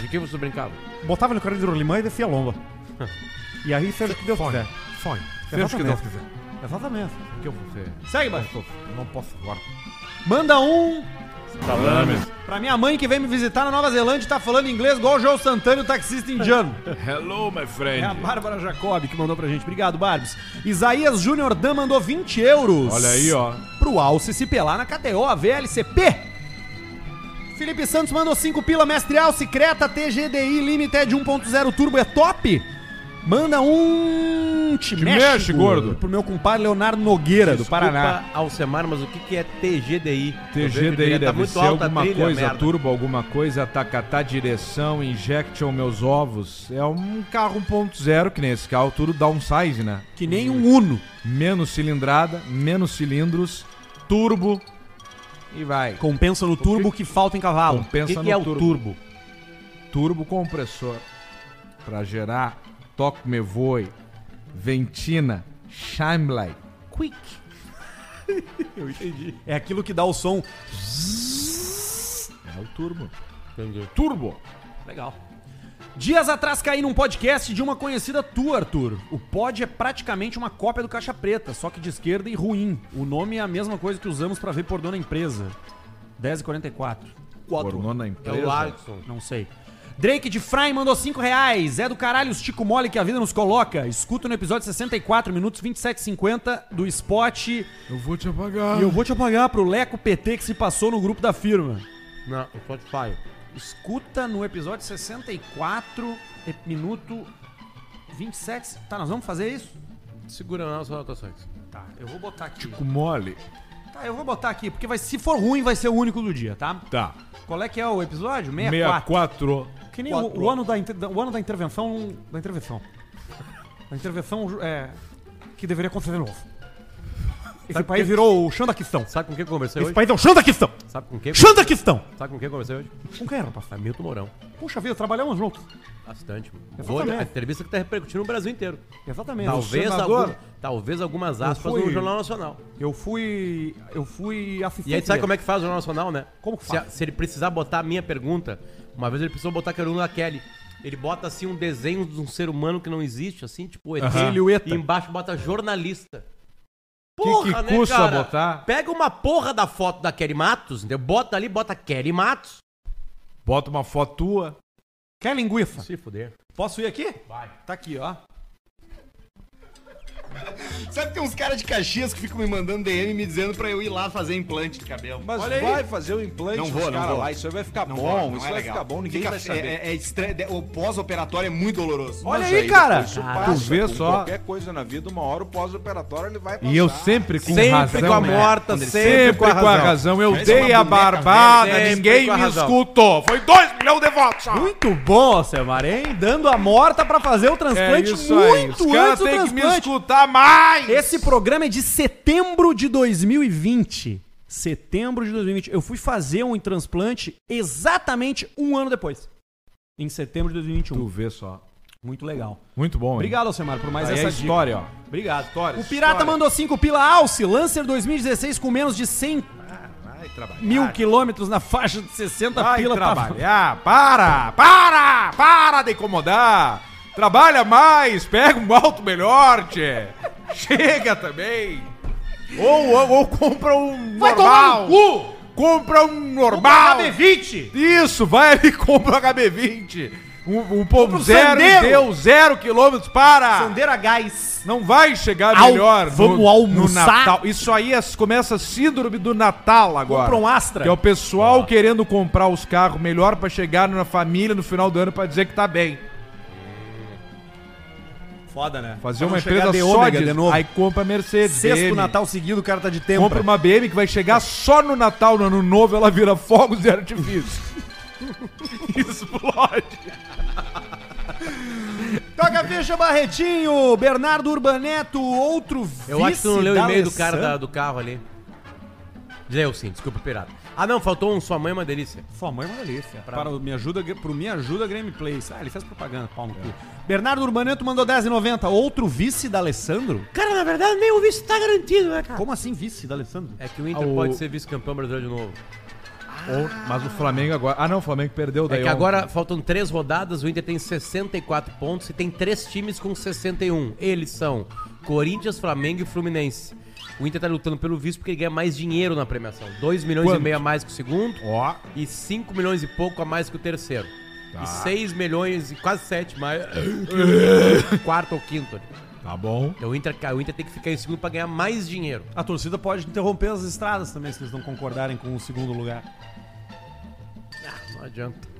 S2: De que você brincava?
S1: Botava ele no cara de rolimã e descia a lomba. e aí seja o que Deus quiser.
S3: Sonho. Seja o que Deus
S1: Exatamente.
S3: quiser.
S1: Exatamente.
S3: Que eu vou ser.
S1: Segue,
S3: Não
S1: Baixo.
S3: posso- Não posso agora.
S1: Manda um. Pra minha mãe que vem me visitar na Nova Zelândia e tá falando inglês igual o João Santana, o taxista indiano.
S3: Hello, my
S1: É a
S3: friend.
S1: Bárbara Jacob que mandou pra gente. Obrigado, Barbs. Isaías Júnior Dan mandou 20 euros.
S3: Olha aí, ó.
S1: Pro Alce se pelar na KTO, VLCP. Felipe Santos mandou 5 pila, mestre Alce, Creta, TGDI, Limited 1.0 Turbo é top. Manda um. Te,
S3: mexe, gordo.
S1: Pro meu compadre Leonardo Nogueira, do Paraná.
S2: Desculpa, Alcemar, mas o que, que é TGDI? Eu vejo que
S3: TGDI
S2: tá
S3: deve
S2: muito
S3: ser
S2: alta a
S3: alguma
S2: trilha,
S3: coisa,
S2: merda.
S3: turbo, alguma coisa, atacatá, direção, injection, meus ovos. É um carro 1.0, que nem esse carro, tudo downsize, né?
S1: Que nem um Uno.
S3: Menos cilindrada, menos cilindros, turbo e vai.
S1: Compensa no turbo que falta em cavalo.
S2: O
S3: Compensa
S2: que, que é o turbo?
S3: Turbo compressor para gerar toque me voe, ventina, shine light.
S2: Quick.
S1: É aquilo que dá o som.
S3: É o turbo. Turbo.
S2: Legal.
S1: Dias atrás caí num podcast de uma conhecida tua, Arthur. O pod é praticamente uma cópia do Caixa Preta, só que de esquerda e ruim. O nome é a mesma coisa que usamos pra ver pornô na empresa. 10 e 44.
S3: Tornou na
S2: É
S3: empresa.
S2: o Larson.
S1: Não sei. Drake de Fry mandou 5 reais. É do caralho os tico mole que a vida nos coloca. Escuta no episódio 64, minutos 27 e 50 do spot. E
S3: Eu vou te apagar.
S1: eu vou te apagar pro Leco PT que se passou no grupo da firma.
S2: Não, o Spotify.
S1: Escuta no episódio 64, e- minuto 27? Tá, nós vamos fazer isso?
S2: Segura nas anotações.
S1: Tá, eu vou botar aqui.
S3: Com mole.
S1: Tá, eu vou botar aqui, porque vai, se for ruim, vai ser o único do dia, tá?
S3: Tá.
S1: Qual é que é o episódio? 64.
S3: 64.
S1: Que nem o, o ano da, inter- da- o ano da intervenção. Da intervenção. Da intervenção é, que deveria acontecer de novo. Esse
S2: Sabe
S1: país
S2: que-
S1: virou o chão da questão.
S2: Sabe com quem eu conversei
S1: Esse
S2: hoje?
S1: país é o chão da questão.
S2: Sabe com quem?
S1: Chão da questão.
S2: Sabe com quem eu conversei hoje?
S1: Com quem, é, rapaz?
S2: Hamilton Mourão.
S1: Puxa vida, trabalhamos juntos.
S2: Bastante. Vou,
S1: Exatamente.
S2: a entrevista que tá repercutindo no Brasil inteiro.
S1: Exatamente.
S2: Talvez,
S1: O senador-
S2: algum, talvez algumas
S1: Eu
S2: aspas
S1: fui-
S2: no Jornal Nacional.
S1: Eu fui. Eu fui assistente.
S2: E aí sabe
S1: dele.
S2: como é que faz o Jornal Nacional, né?
S1: Como que
S2: se, a-
S1: faz?
S2: se ele precisar botar a minha pergunta, uma vez ele precisou botar a pergunta da Kelly. Ele bota assim um desenho de um ser humano que não existe, assim, tipo o ET,
S3: Aham.
S2: e embaixo bota jornalista. né,
S3: Que que custa botar?
S2: Pega uma porra da foto da Kelly Matos, entendeu? Bota ali, bota Kelly Matos.
S3: Bota uma foto tua.
S1: Quer linguiça?
S2: Se fuder.
S1: Posso ir aqui?
S2: Vai.
S1: Tá aqui, ó.
S5: Sabe que tem uns caras de Caxias que ficam me mandando DM me dizendo pra eu ir lá fazer implante de cabelo.
S15: Mas
S5: Olha aí.
S15: vai fazer o implante
S5: Não
S15: dos
S5: vou, não
S15: caras
S5: vou.
S15: lá, isso aí vai ficar
S5: Não
S15: bom,
S5: vou, não
S15: isso
S5: é
S15: vai
S5: legal.
S15: ficar bom, ninguém
S5: Fica-
S15: vai saber.
S5: É, é estranho, de- o pós-operatório é muito doloroso.
S15: Mas
S5: Mas
S15: cara.
S5: depois
S15: Isso
S5: tu
S15: passa,
S5: passa.
S3: Ah, tu vê
S15: com
S3: só.
S15: Qualquer coisa na vida, uma hora o pós-operatório ele vai
S3: E eu sempre com
S15: Sempre
S3: razão.
S15: com a
S3: né?
S15: morta,
S3: André,
S15: sempre com a razão.
S3: Eu
S15: Mas é
S3: dei
S15: uma boneca
S3: a barbada,
S15: velha, sempre
S3: ninguém
S15: com a
S3: me
S15: razão. É
S3: escutou. Foi 2 milhões de votos. só.
S1: Muito bom, Semar, hein? Dando a morta pra fazer o transplante
S3: É isso aí, os
S1: muito
S3: cara
S1: antes do
S3: tem que me
S1: transplante.
S3: escutar mais.
S1: Esse programa é de setembro de 2020. Setembro de 2020. Eu fui fazer um transplante exatamente um ano depois. Em setembro de 2021.
S3: Tu vê só.
S1: Muito legal.
S3: Muito bom, hein?
S1: Obrigado, Alcemar, por mais
S3: Aí é
S1: essa
S3: história,
S1: dica.
S3: ó.
S1: Obrigado.
S3: História,
S1: o Pirata
S3: história.
S1: mandou 5 pila Alce, Lancer 2016 com menos de 100
S2: Ah,
S3: Vai trabalhar.
S1: mil quilômetros na faixa de 60
S3: Vai
S1: pila. tá-
S3: trabalhar. Para, para, para de incomodar. Trabalha mais, pega um alto melhor, tchê. Chega também. Ou, ou, ou compra um
S1: Vai
S3: normal.
S1: tomar no cu!
S3: Compra um normal.
S1: HB20.
S3: Isso, vai e compra um HB20. Um, um povo
S1: um
S3: zero
S1: Sandero.
S3: deu zero quilômetros para.
S1: Sandeira gás.
S3: Não vai chegar
S1: Al-
S3: melhor
S1: Vamos almoçar?
S3: Natal. Isso aí é- começa a síndrome do Natal agora.
S1: Compra um Astra.
S3: Que é o pessoal querendo comprar os carros melhor pra chegar na família no final do ano pra dizer que tá bem.
S1: Foda, né?
S3: Fazer
S1: Pra
S3: uma
S1: não chegar
S3: empresa
S1: de
S3: só
S1: ômega
S3: disso.
S1: de novo.
S3: Aí compra Mercedes,
S1: Sexto
S3: BM,
S1: Natal seguido, o cara tá de tempo.
S3: compra uma BM que vai chegar só no Natal, no Ano Novo, ela vira fogos de artifício. Explode.
S1: Toca a ficha, Barretinho. Bernardo Urbaneto, outro
S2: Eu acho que tu não leu o e-mail do cara da-
S1: Alessandro.
S2: do carro ali. Leu sim, desculpa, pirata. Ah não, faltou um Sua Mãe é uma Delícia.
S1: Sua mãe é uma delícia. Para o Me Ajuda, pro Me Ajuda Gameplays. Ah, ele fez propaganda, pau no cu. Bernardo Urbaneto mandou 10,90. Outro vice da Alessandro?
S2: Cara, na verdade, nem o vice tá garantido, né, cara?
S1: Como assim vice da Alessandro?
S2: É que o Inter
S3: Ah, o-
S2: pode ser vice-campeão brasileiro de novo.
S3: Mas o Flamengo agora. Ah, não, o Flamengo perdeu daí.
S2: É que
S3: ontem.
S2: agora faltam três rodadas, o Inter tem 64 pontos e tem três times com 61. Eles são Corinthians, Flamengo e Fluminense. O Inter tá lutando pelo vice porque ele ganha mais dinheiro na premiação. 2 milhões
S3: Quanto?
S2: e meio a mais que o segundo
S3: Ó.
S2: e 5 milhões e pouco a mais que o terceiro.
S3: Tá.
S2: E 6 milhões e quase 7 mais que o quarto ou quinto.
S3: Tá bom.
S2: Então o Inter, o Inter tem que ficar em segundo pra ganhar mais dinheiro.
S1: A torcida pode interromper as estradas também, se eles não concordarem com o segundo lugar.
S2: Não adianta.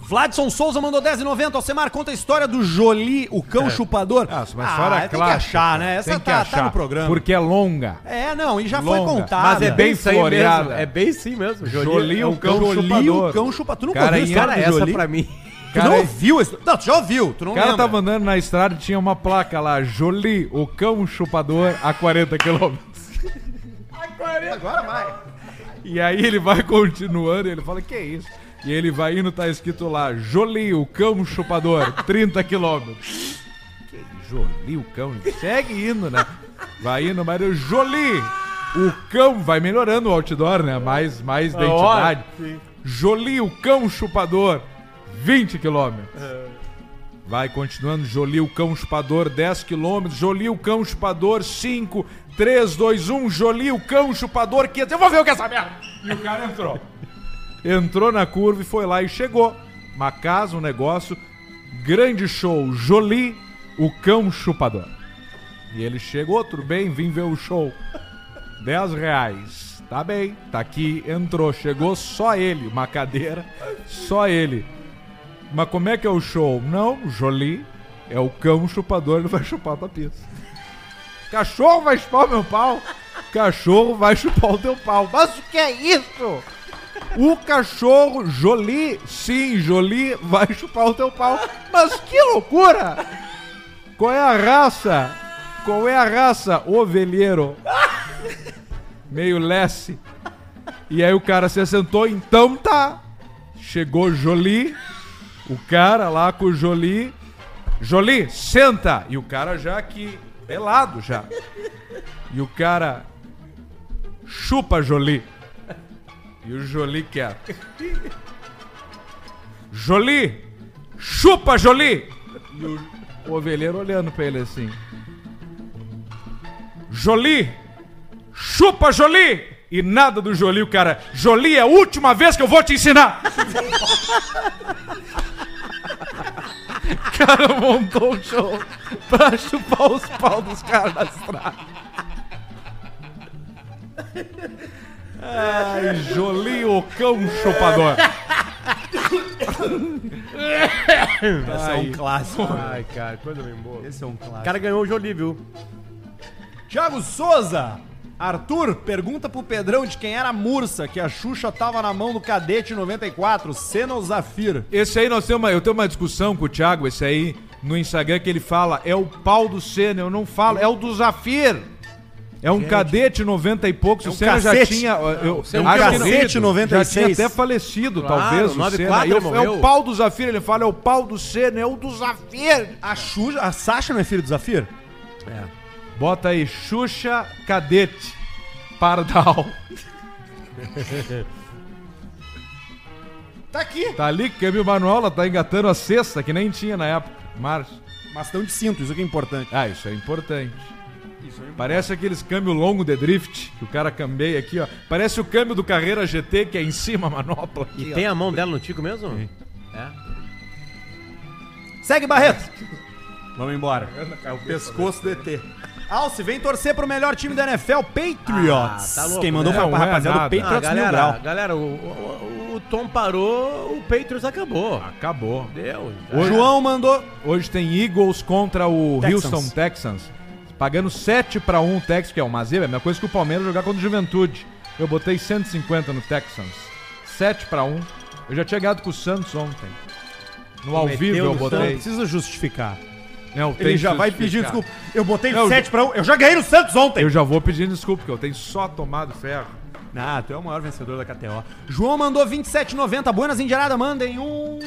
S1: Vladson Souza mandou 10,90. Alcemar, conta a história do Jolie, o cão chupador.
S3: Ah, mas fora
S1: tem que
S3: clássica,
S1: achar, né?
S3: cara.
S1: Essa
S3: Tem que
S1: tá,
S3: achar,
S1: tá no programa.
S3: Porque é longa.
S1: É, não, e já foi
S3: Longa.
S1: contada.
S2: Mas é bem
S3: Bem
S2: isso aí mesmo.
S3: floreada.
S2: É bem sim mesmo.
S3: Jolie,
S2: é
S3: o cão
S1: Jolie,
S3: chupador.
S1: o cão chupador. Tu nunca
S3: Cara,
S1: ouviu
S3: em-
S1: isso?
S2: Cara, essa
S3: Jolie.
S2: pra mim.
S1: Tu
S3: é
S1: não ouviu isso? Não, tu já ouviu, tu não
S3: O cara
S1: lembra.
S3: tava andando na estrada e tinha uma placa lá, Jolie, o cão chupador a 40 km.
S1: Agora vai.
S3: E aí ele vai continuando e ele fala, que isso? E ele vai indo, tá escrito lá, Jolie, o cão chupador, 30 km. Jolie, o cão, segue indo, né? Vai indo, mas eu, Jolie, o cão, vai melhorando o outdoor, né? Mais, mais
S1: É
S3: identidade. Jolie, o cão chupador, 20 km. Vai continuando, Jolie, o cão chupador, 10 km. Jolie, o cão chupador, 5, 3, 2, 1. Jolie, um. o cão chupador, 500. Eu vou ver o que é essa merda. E o cara entrou. Entrou na curva e foi lá e chegou. Uma casa, um negócio. Grande show, Jolie, o cão chupador. E ele chegou, tudo bem, vim ver o show. 10 reais. Tá bem, tá aqui, entrou. Chegou só ele, uma cadeira, só ele. Mas como é que é o show? Não, Jolie, É o cão chupador, ele vai chupar a tua pizza. Cachorro vai chupar o meu pau. Cachorro vai chupar o teu pau. Mas o que é isso? O cachorro Jolie, sim, Jolie, vai chupar o teu pau. Mas que loucura! Qual é a raça? Qual é a raça? Ovelheiro. Meio lesse. E aí o cara se assentou, então tá. Chegou Jolie, o cara lá com o Jolie. Jolie, senta! E o cara já aqui, pelado já. E o cara chupa Jolie. E o Jolie quieto. Jolie! Chupa, Jolie! E o, o ovelheiro olhando pra ele assim. Jolie! Chupa, Jolie! E nada do Jolie, o cara. Jolie, é a última vez que eu vou te ensinar! O cara montou um show pra chupar os pau dos caras na estrada. Ai, Jolie, o cão chupador.
S2: Esse é um clássico. Ai, cara, coisa bem boa. Esse é um clássico. O cara ganhou o Jolie, viu?
S1: Thiago Souza! Arthur, pergunta pro Pedrão de quem era a Mursa, que a Xuxa tava na mão do cadete 94, Senna Zafir.
S3: Esse aí nós temos uma, eu tenho uma discussão com o Thiago, esse aí, no Instagram, que ele fala, é o pau do Senna, eu não falo, é o do Zafir. É um cadete 90 e poucos, o Senna já
S1: É um cacete.
S3: tinha. Eu,
S1: Senna é um
S3: acho que
S1: cacete
S3: não,
S1: 96.
S3: Já tinha até é falecido,
S1: Claro,
S3: talvez, o
S1: 94
S3: Senna. E eu- é o
S1: morreu.
S3: pau do Zafir, ele fala, é o pau do Senna, é o do Zafir. É.
S1: A Xuxa, a Sasha não é filho do Zafir?
S3: Bota aí, Xuxa Cadete Pardal.
S1: Tá aqui.
S3: Tá ali, câmbio manual, ela tá engatando a cesta, que nem tinha na época, março.
S1: Mas tão de cinto, isso aqui é importante.
S3: Ah, isso é importante. Parece aqueles câmbio longo de drift, que o cara cambeia aqui, ó. Parece o câmbio do Carreira GT, que é em cima a manopla.
S2: E tem a mão dela no Tico mesmo? É.
S1: Segue, Barreto. Vamos embora. É o pescoço do ET. Alce, vem torcer pro melhor time da NFL, Patriots.
S2: tá louco,
S1: Quem mandou
S2: né?
S1: foi pra
S2: Não é
S1: rapaziada
S2: nada.
S1: do Patriots
S2: Ah,
S1: Mil
S2: galera,
S1: Grau.
S2: Galera, o, o- o- o Tom parou, o Patriots acabou.
S3: Ah. Acabou.
S2: Deu.
S3: O
S1: João mandou.
S3: Hoje tem Eagles contra o
S2: Texans.
S3: Houston Texans. Pagando 7 para 1 o Texas, que é uma zebra. É a mesma coisa que o Palmeiras jogar contra o Juventude. Eu botei 150 no Texans. 7 para 1. Eu já tinha ganhado com o Santos ontem. No ao
S1: Meteu
S3: vivo eu
S1: no
S3: botei.
S1: Santos. Precisa justificar.
S3: Não, tem
S1: Ele já
S3: que
S1: vai pedir
S3: justificar.
S1: desculpa. Eu botei
S3: Não,
S1: 7 pra 1. Eu já ganhei no Santos ontem.
S3: Eu já vou pedindo desculpa, porque eu tenho só tomado ferro.
S1: Ah, tu é o maior vencedor da KTO. João mandou 27,90. Buenas Indiarada, mandem um.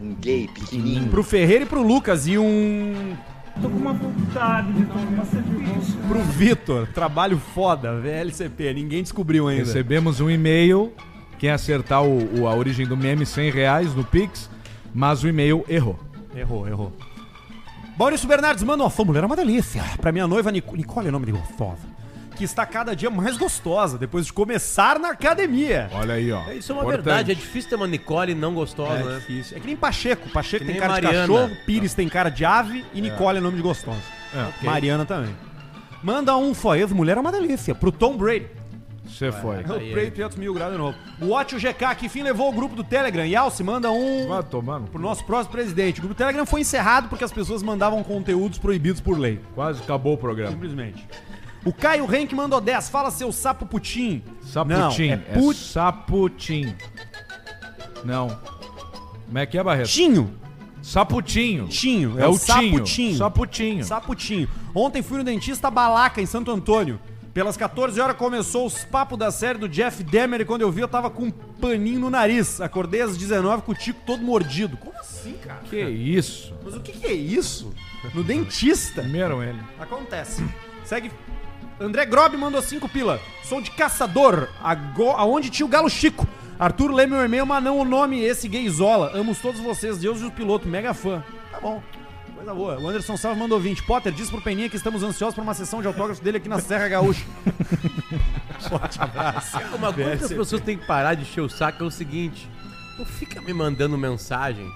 S16: Um gay pequenininho.
S1: Pro Ferreira e pro Lucas. E um.
S17: Tô com uma vontade de tomar uma cerveja.
S1: Pro Vitor. Trabalho foda, VLCP. Ninguém descobriu ainda.
S3: Recebemos um e-mail. Quem acertar o, o- a origem do meme, 100 reais no Pix. Mas o e-mail errou.
S1: Errou, errou. Maurício Bernardes manda uma fã. Mulher é uma delícia. Pra minha noiva Nic- Nicole, é nome de gostosa. Que está cada dia mais gostosa depois de começar na academia.
S3: Olha aí, ó.
S2: Isso é uma verdade, é difícil ter uma Nicole não gostosa,
S1: É
S2: né?
S1: difícil. É que nem Pacheco. Pacheco
S2: Que
S1: tem
S2: nem
S1: cara de
S2: Mariana.
S1: cachorro, Pires tem cara de ave e
S2: É.
S1: Nicole é nome de gostosa.
S3: É, ok.
S1: Mariana também. Manda um foevo, mulher é uma delícia, pro Tom Brady.
S3: Você foi.
S1: É o Patriots mil graus de novo. O Watch GK, que fim levou o grupo do Telegram. E Alce manda um
S3: Vai tomando.
S1: pro nosso próximo presidente. O grupo do Telegram foi encerrado porque as pessoas mandavam conteúdos proibidos por lei.
S3: Quase acabou o programa.
S1: Simplesmente. O Caio Henk mandou 10. Fala seu sapo putim.
S3: Saputim.
S1: Não,
S3: é,
S1: é put-
S3: saputim. Não. Como é que é, Barreto?
S1: Tinho.
S3: Saputinho.
S1: Tinho.
S3: É, o Tinho.
S1: Saputinho.
S3: Saputinho.
S1: Saputinho. Ontem fui no dentista Balaca, em Santo Antônio. Pelas 14 horas começou os papos da série do Jeff Demer e quando eu vi eu tava com um paninho no nariz. Acordei às 19 com o tico todo mordido. Como assim, cara?
S3: Que isso?
S1: Mas o que, que é isso? No dentista?
S3: Primeiro ele.
S1: Acontece. Segue. André Grob mandou 5 pila. Sou de caçador. Ago... Aonde tinha o Galo Chico? Arthur lê meu e-mail, mas não o nome, esse gayzola. Amos todos vocês, Deus e o piloto, mega fã. Tá bom. Coisa boa. O Anderson Salve mandou 20. Potter, diz pro Peninha que estamos ansiosos por uma sessão de autógrafo dele aqui na Serra Gaúcha. Forte abraço.
S2: Sabe Uma coisa que as pessoas têm que parar de encher o saco é o seguinte: não fica me mandando mensagem.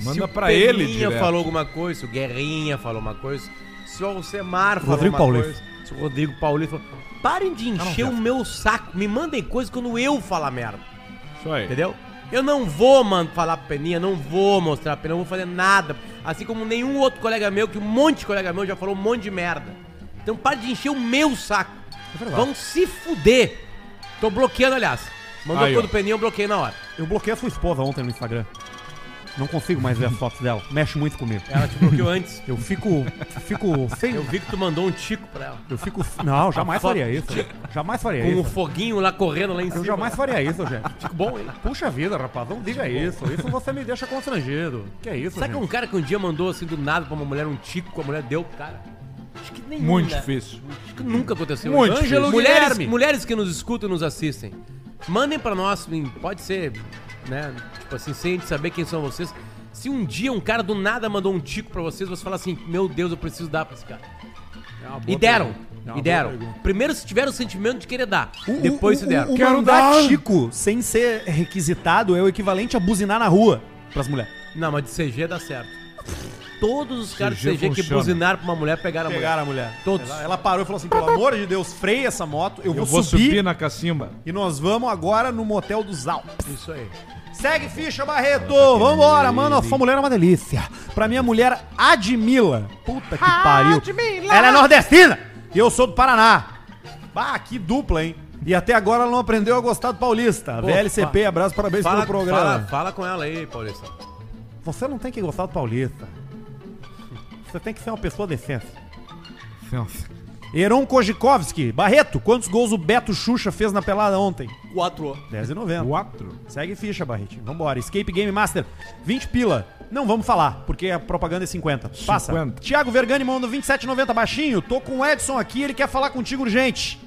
S3: Manda
S2: Se o
S3: pra ele
S2: Peninha
S3: direto.
S2: falou alguma coisa, se o Guerrinha falou uma coisa, se o Alcemar falou
S1: Rodrigo
S2: uma
S1: Paulista.
S2: coisa, se o Rodrigo Paulista falou. Parem de encher o meu saco, me mandem coisa quando eu falar merda.
S3: Isso aí.
S2: Entendeu? Eu não vou, mano, falar pro Peninha, não vou mostrar pro Peninha, não vou fazer nada. Assim como nenhum outro colega meu, que um monte de colega meu já falou um monte de merda. Então para de encher o meu saco. Vão se fuder. Tô bloqueando, aliás. Mandou
S1: Aí,
S2: todo
S1: ó.
S2: o Peninha, eu bloqueei na hora.
S1: Eu bloqueei a sua esposa ontem no Instagram. Não consigo mais ver as fotos dela. Mexe muito comigo.
S2: Ela te bloqueou antes.
S1: Eu fico. Fico sem.
S2: Eu vi que tu mandou um tico pra ela.
S1: Eu fico. Não, jamais
S2: foto-
S1: faria isso. Jamais faria
S2: Com o
S1: isso.
S2: foguinho lá correndo lá em cima.
S1: Eu jamais faria isso, gente. Tipo,
S2: Tico bom, hein?
S1: Puxa vida, rapaz, não diga isso. Isso você me deixa constrangido. Que é isso,
S2: Sabe que
S1: gente?
S2: um cara que um dia mandou assim do nada pra uma mulher um tico que a mulher deu pro cara? Acho que nenhum,
S3: Muito
S2: né?
S3: difícil.
S2: Acho que nunca aconteceu.
S3: Muito
S2: isso.
S3: difícil.
S2: mulheres,
S3: Guilherme.
S2: mulheres que nos escutam e nos assistem, mandem pra nós, em- pode ser, né? Tipo assim, sem a gente saber quem são vocês. Se um dia um cara do nada mandou um tico pra vocês, você fala assim: Meu Deus, eu preciso dar pra esse cara. E deram. E deram. Primeiro se tiveram o sentimento de querer dar. depois se deram.
S1: é um- O, o mandar Chico sem ser requisitado é o equivalente a buzinar na rua pras mulheres.
S2: Não, mas de CG dá certo. Todos os caras de
S1: CG
S2: CG que
S1: funciona.
S2: buzinaram pra uma mulher pegaram a mulher.
S1: Pegaram a mulher.
S2: Todos.
S1: Ela, ela parou e falou assim: pelo amor de Deus, freia essa moto, eu,
S3: Eu
S1: vou,
S3: vou
S1: subir,
S3: subir na cacimba.
S1: e nós vamos agora no motel dos Alpes.
S2: Isso aí.
S1: Segue ficha, Barreto! Vambora, mano. A sua mulher é uma delícia. Pra minha mulher, Admila. Puta que pariu.
S17: Admila!
S1: Ela é nordestina! E eu sou do Paraná. Bah, que dupla, hein? E até agora ela não aprendeu a gostar do paulista.
S2: Pô,
S1: VLCP,
S2: fa-
S1: abraço, parabéns
S2: fala,
S1: pelo programa.
S2: Fala, fala com ela aí, Paulista.
S1: Você não tem que gostar do paulista. Você tem que ser uma pessoa decente. Heron Kojikovski. Barreto, quantos gols o Beto Xuxa fez na pelada ontem?
S11: 4.
S1: 10,90.
S3: 4.
S1: Segue ficha, Barretinho. Vambora. Escape Game Master, 20 pila. Não vamos falar, porque a propaganda é 50. Passa.
S3: 50.
S1: Thiago Vergani manda 27,90 baixinho. Tô com o Edson aqui, ele quer falar contigo urgente.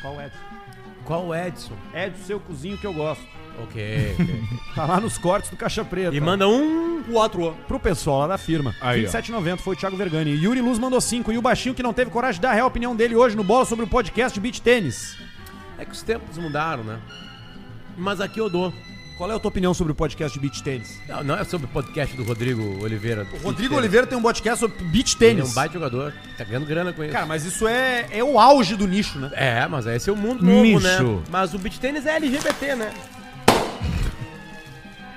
S1: Qual Edson?
S2: Qual Edson?
S1: Edson, seu cozinho que eu gosto.
S2: Ok.
S1: Tá lá nos cortes do Caixa Preta.
S2: e manda um.
S11: 4.
S1: Pro pessoal lá da firma.
S3: Aí, ó.
S1: 27,90 foi o Thiago Vergani. Yuri Luz mandou 5. E o baixinho que não teve coragem de dar a real opinião dele hoje no Bola sobre o podcast de Beach Tênis.
S2: É que os tempos mudaram, né? Mas aqui eu dou.
S1: Qual é a tua opinião sobre o podcast de Beach Tênis?
S2: Não, não é sobre o podcast do Rodrigo Oliveira.
S1: O Rodrigo Oliveira tem um podcast sobre Beach Tênis.
S2: Ele é um baita jogador. Tá ganhando grana com isso.
S1: Cara, mas isso é, é o auge do nicho, né?
S2: É, mas esse é o mundo novo,
S3: Nicho.
S2: né? Mas o beat tênis é LGBT, né?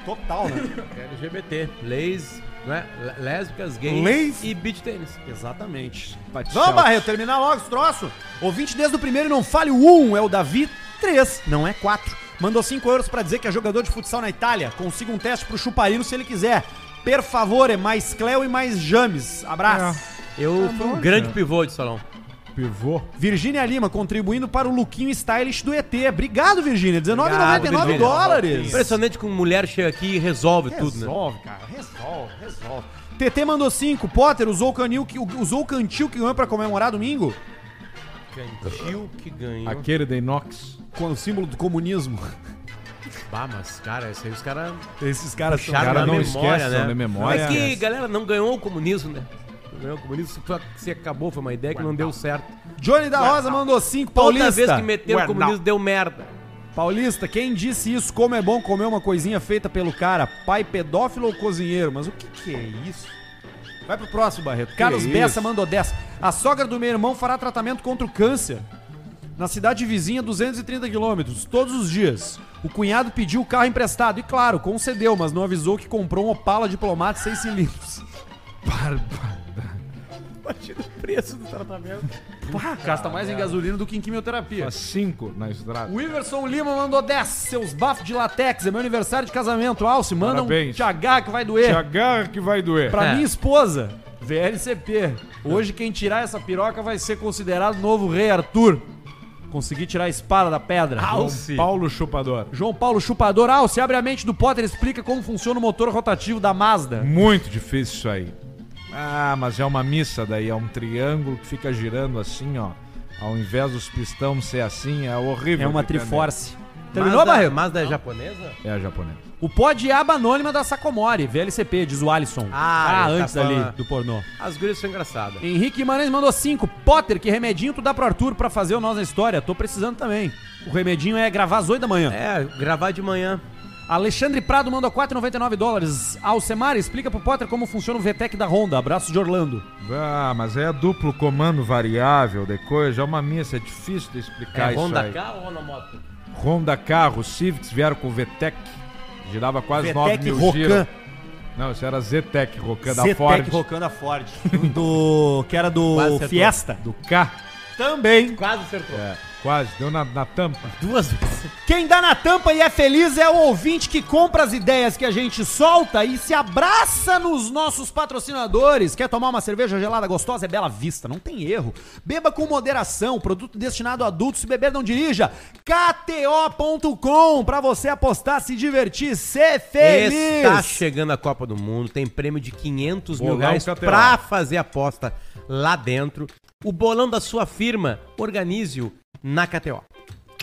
S1: Total, né?
S2: LGBT. Leis, né? L- Lésbicas, gays
S1: Leis?
S2: e beat tênis.
S1: Exatamente. Vamos, Barreto, terminar logo esse troço. Ouvinte desde o primeiro e não fale o 1, é o Davi 3, não é 4. Mandou 5 euros pra dizer que é jogador de futsal na Itália. Consiga um teste pro Chuparino se ele quiser. Per favor, é mais Cleo e mais James. Abraço.
S2: Eu
S3: Tá
S2: fui um
S3: bom,
S2: grande
S3: cara.
S2: pivô de salão.
S3: Pivô.
S1: Virgínia Lima contribuindo para o lookinho stylish do ET. Obrigado, Virgínia. 19,99
S2: Obrigado, Virgínia.
S1: dólares.
S2: Impressionante como mulher chega aqui e resolve, tudo, né?
S1: Resolve, cara. Resolve, resolve. TT mandou 5. Potter usou o, canil, que- usou o cantil que ganhou pra comemorar domingo?
S2: Cantil que ganhou.
S3: Aquele da inox.
S1: Com o símbolo do comunismo.
S2: Bah, mas, cara, isso aí os caras
S1: Esses caras são...
S2: puxaram
S3: cara
S2: da
S3: não
S2: memória,
S3: esquece,
S2: né?
S3: da memória.
S2: Mas que,
S3: Esquece.
S2: galera, não ganhou o comunismo, né? Não ganhou o comunismo, foi, se acabou, foi uma ideia que não deu certo.
S1: Johnny da Rosa mandou 5. Paulista.
S2: Toda vez que meteu o
S1: Ué,
S2: comunismo,
S1: não.
S2: deu merda.
S1: Paulista, quem disse isso? Como é bom comer uma coisinha feita pelo cara? Pai pedófilo ou cozinheiro? Mas o que, que é isso? Vai pro próximo, Barreto. Carlos
S3: isso?
S1: Bessa mandou 10. A sogra do meu irmão fará tratamento contra o câncer. Na cidade vizinha, 230 quilômetros, todos os dias. O cunhado pediu o carro emprestado e, claro, concedeu, mas não avisou que comprou um Opala Diplomata 6 cilindros.
S2: Imagina o preço do tratamento.
S1: Pá, gasta mais em gasolina do que em quimioterapia.
S3: A 5 na estrada.
S1: O Iverson Lima mandou 10. Seus bafos de latex. É meu aniversário de casamento. Alce, manda
S3: Parabéns.
S1: um tchagá que vai doer.
S3: Te agarra que vai doer.
S1: Pra
S2: É.
S1: minha esposa, VLCP. Hoje quem tirar essa piroca vai ser considerado novo rei Arthur. Consegui tirar a espada da pedra.
S3: João Paulo Chupador.
S1: João Paulo Chupador. Alce, abre a mente do Potter e explica como funciona o motor rotativo da Mazda.
S3: Muito difícil isso aí. Ah, mas é uma missa daí, é um triângulo que fica girando assim, ó. Ao invés dos pistão ser assim, é horrível.
S1: É uma
S3: de cara, né?
S1: Triforce. Terminou,
S2: Mazda-
S1: Barreto?
S2: Mazda é japonesa?
S3: É a japonesa.
S1: O pó de aba anônima da Sacomori, VLCP, diz o Alisson.
S2: Ah, ele tá
S1: antes ali
S2: falando.
S1: do pornô.
S2: As gurias são engraçadas.
S1: Henrique Guimarães mandou 5. Potter, que remedinho tu dá pro Arthur pra fazer o Nós na História? Tô precisando também. O remedinho é gravar às 8 da manhã.
S2: É, gravar de manhã.
S1: Alexandre Prado mandou 4,99 dólares. Alcemar, explica pro Potter como funciona o VTEC da Honda. Abraço de Orlando.
S3: Ah, mas é duplo comando variável de coisa, é uma missa, é difícil de explicar
S2: é
S3: isso
S2: Honda
S3: aí.
S2: K ou Honda Moto?
S3: Honda Carros, Civics vieram com VTEC. Girava quase
S1: VTEC
S3: 9 mil
S1: Rocan.
S3: giros. Não, isso era ZTEC, Rocan da
S1: Zetec
S3: Ford.
S1: Rocan da Ford. Do. Que era do
S3: Quase acertou.
S1: Fiesta.
S3: Do K.
S1: Também.
S2: Quase acertou.
S3: É, quase, deu na, na tampa.
S2: Duas vezes.
S1: Quem dá na tampa e é feliz é o ouvinte que compra as ideias que a gente solta e se abraça nos nossos patrocinadores. Quer tomar uma cerveja gelada gostosa? É Bela Vista, não tem erro. Beba com moderação, produto destinado a adultos. Se beber, não dirija. KTO.com pra você apostar, se divertir, ser
S3: É
S1: feliz.
S2: Está chegando a Copa do Mundo, tem prêmio de 500 mil
S3: Bolão
S2: reais
S3: KTO.
S2: pra fazer aposta lá dentro. O bolão da sua firma, organize-o na KTO.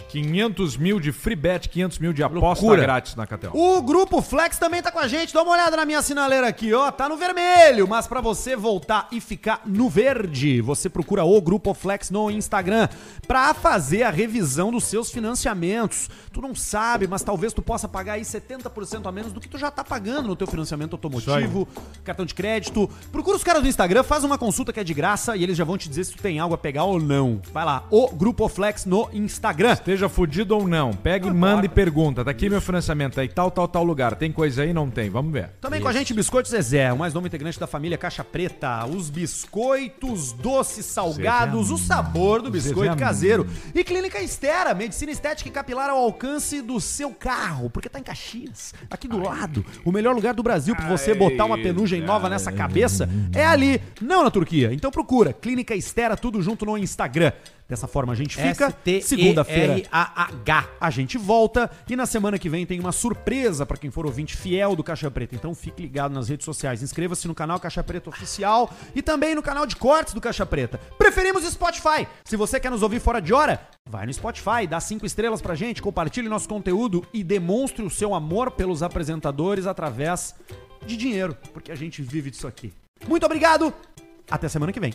S3: 500 mil de free bet, 500 mil de aposta
S2: Loucura.
S3: grátis na Catel.
S1: O grupo Flex também tá com a gente. Dá uma olhada na minha sinaleira aqui, ó. Tá no vermelho, mas pra você voltar e ficar no verde, você procura o grupo Flex no Instagram pra fazer a revisão dos seus financiamentos. Tu não sabe, mas talvez tu possa pagar aí 70% a menos do que tu já tá pagando no teu financiamento automotivo, cartão de crédito. Procura os caras do Instagram, faz uma consulta que é de graça e eles já vão te dizer se tu tem algo a pegar ou não. Vai lá, o grupo Flex no Instagram.
S3: Esteja fudido ou não, pega e manda e pergunta. Tá aqui meu financiamento, tá aí tal, tal, tal lugar. Tem coisa aí? Não tem, vamos ver.
S1: Também com a gente, Biscoitos Zezé, o mais novo integrante da família Caixa Preta. Os biscoitos doces salgados,
S3: Zezé é
S1: o sabor do
S3: Zezé é
S1: biscoito caseiro. E Clínica Estera, medicina estética e capilar ao alcance do seu carro, porque tá em Caxias, aqui do lado. O melhor lugar do Brasil pra você botar uma penugem nova nessa cabeça é ali, não na Turquia. Então procura Clínica Estera, tudo junto no Instagram. Dessa forma a gente fica.
S2: STERA.
S1: Segunda-feira. A gente volta e na semana que vem tem uma surpresa pra quem for ouvinte fiel do Caixa Preta. Então fique ligado nas redes sociais, inscreva-se no canal Caixa Preta Oficial e também no canal de cortes do Caixa Preta. Preferimos Spotify. Se você quer nos ouvir fora de hora, vai no Spotify, dá cinco estrelas pra gente, compartilhe nosso conteúdo e demonstre o seu amor pelos apresentadores através de dinheiro, porque a gente vive disso aqui. Muito obrigado. Até semana que vem.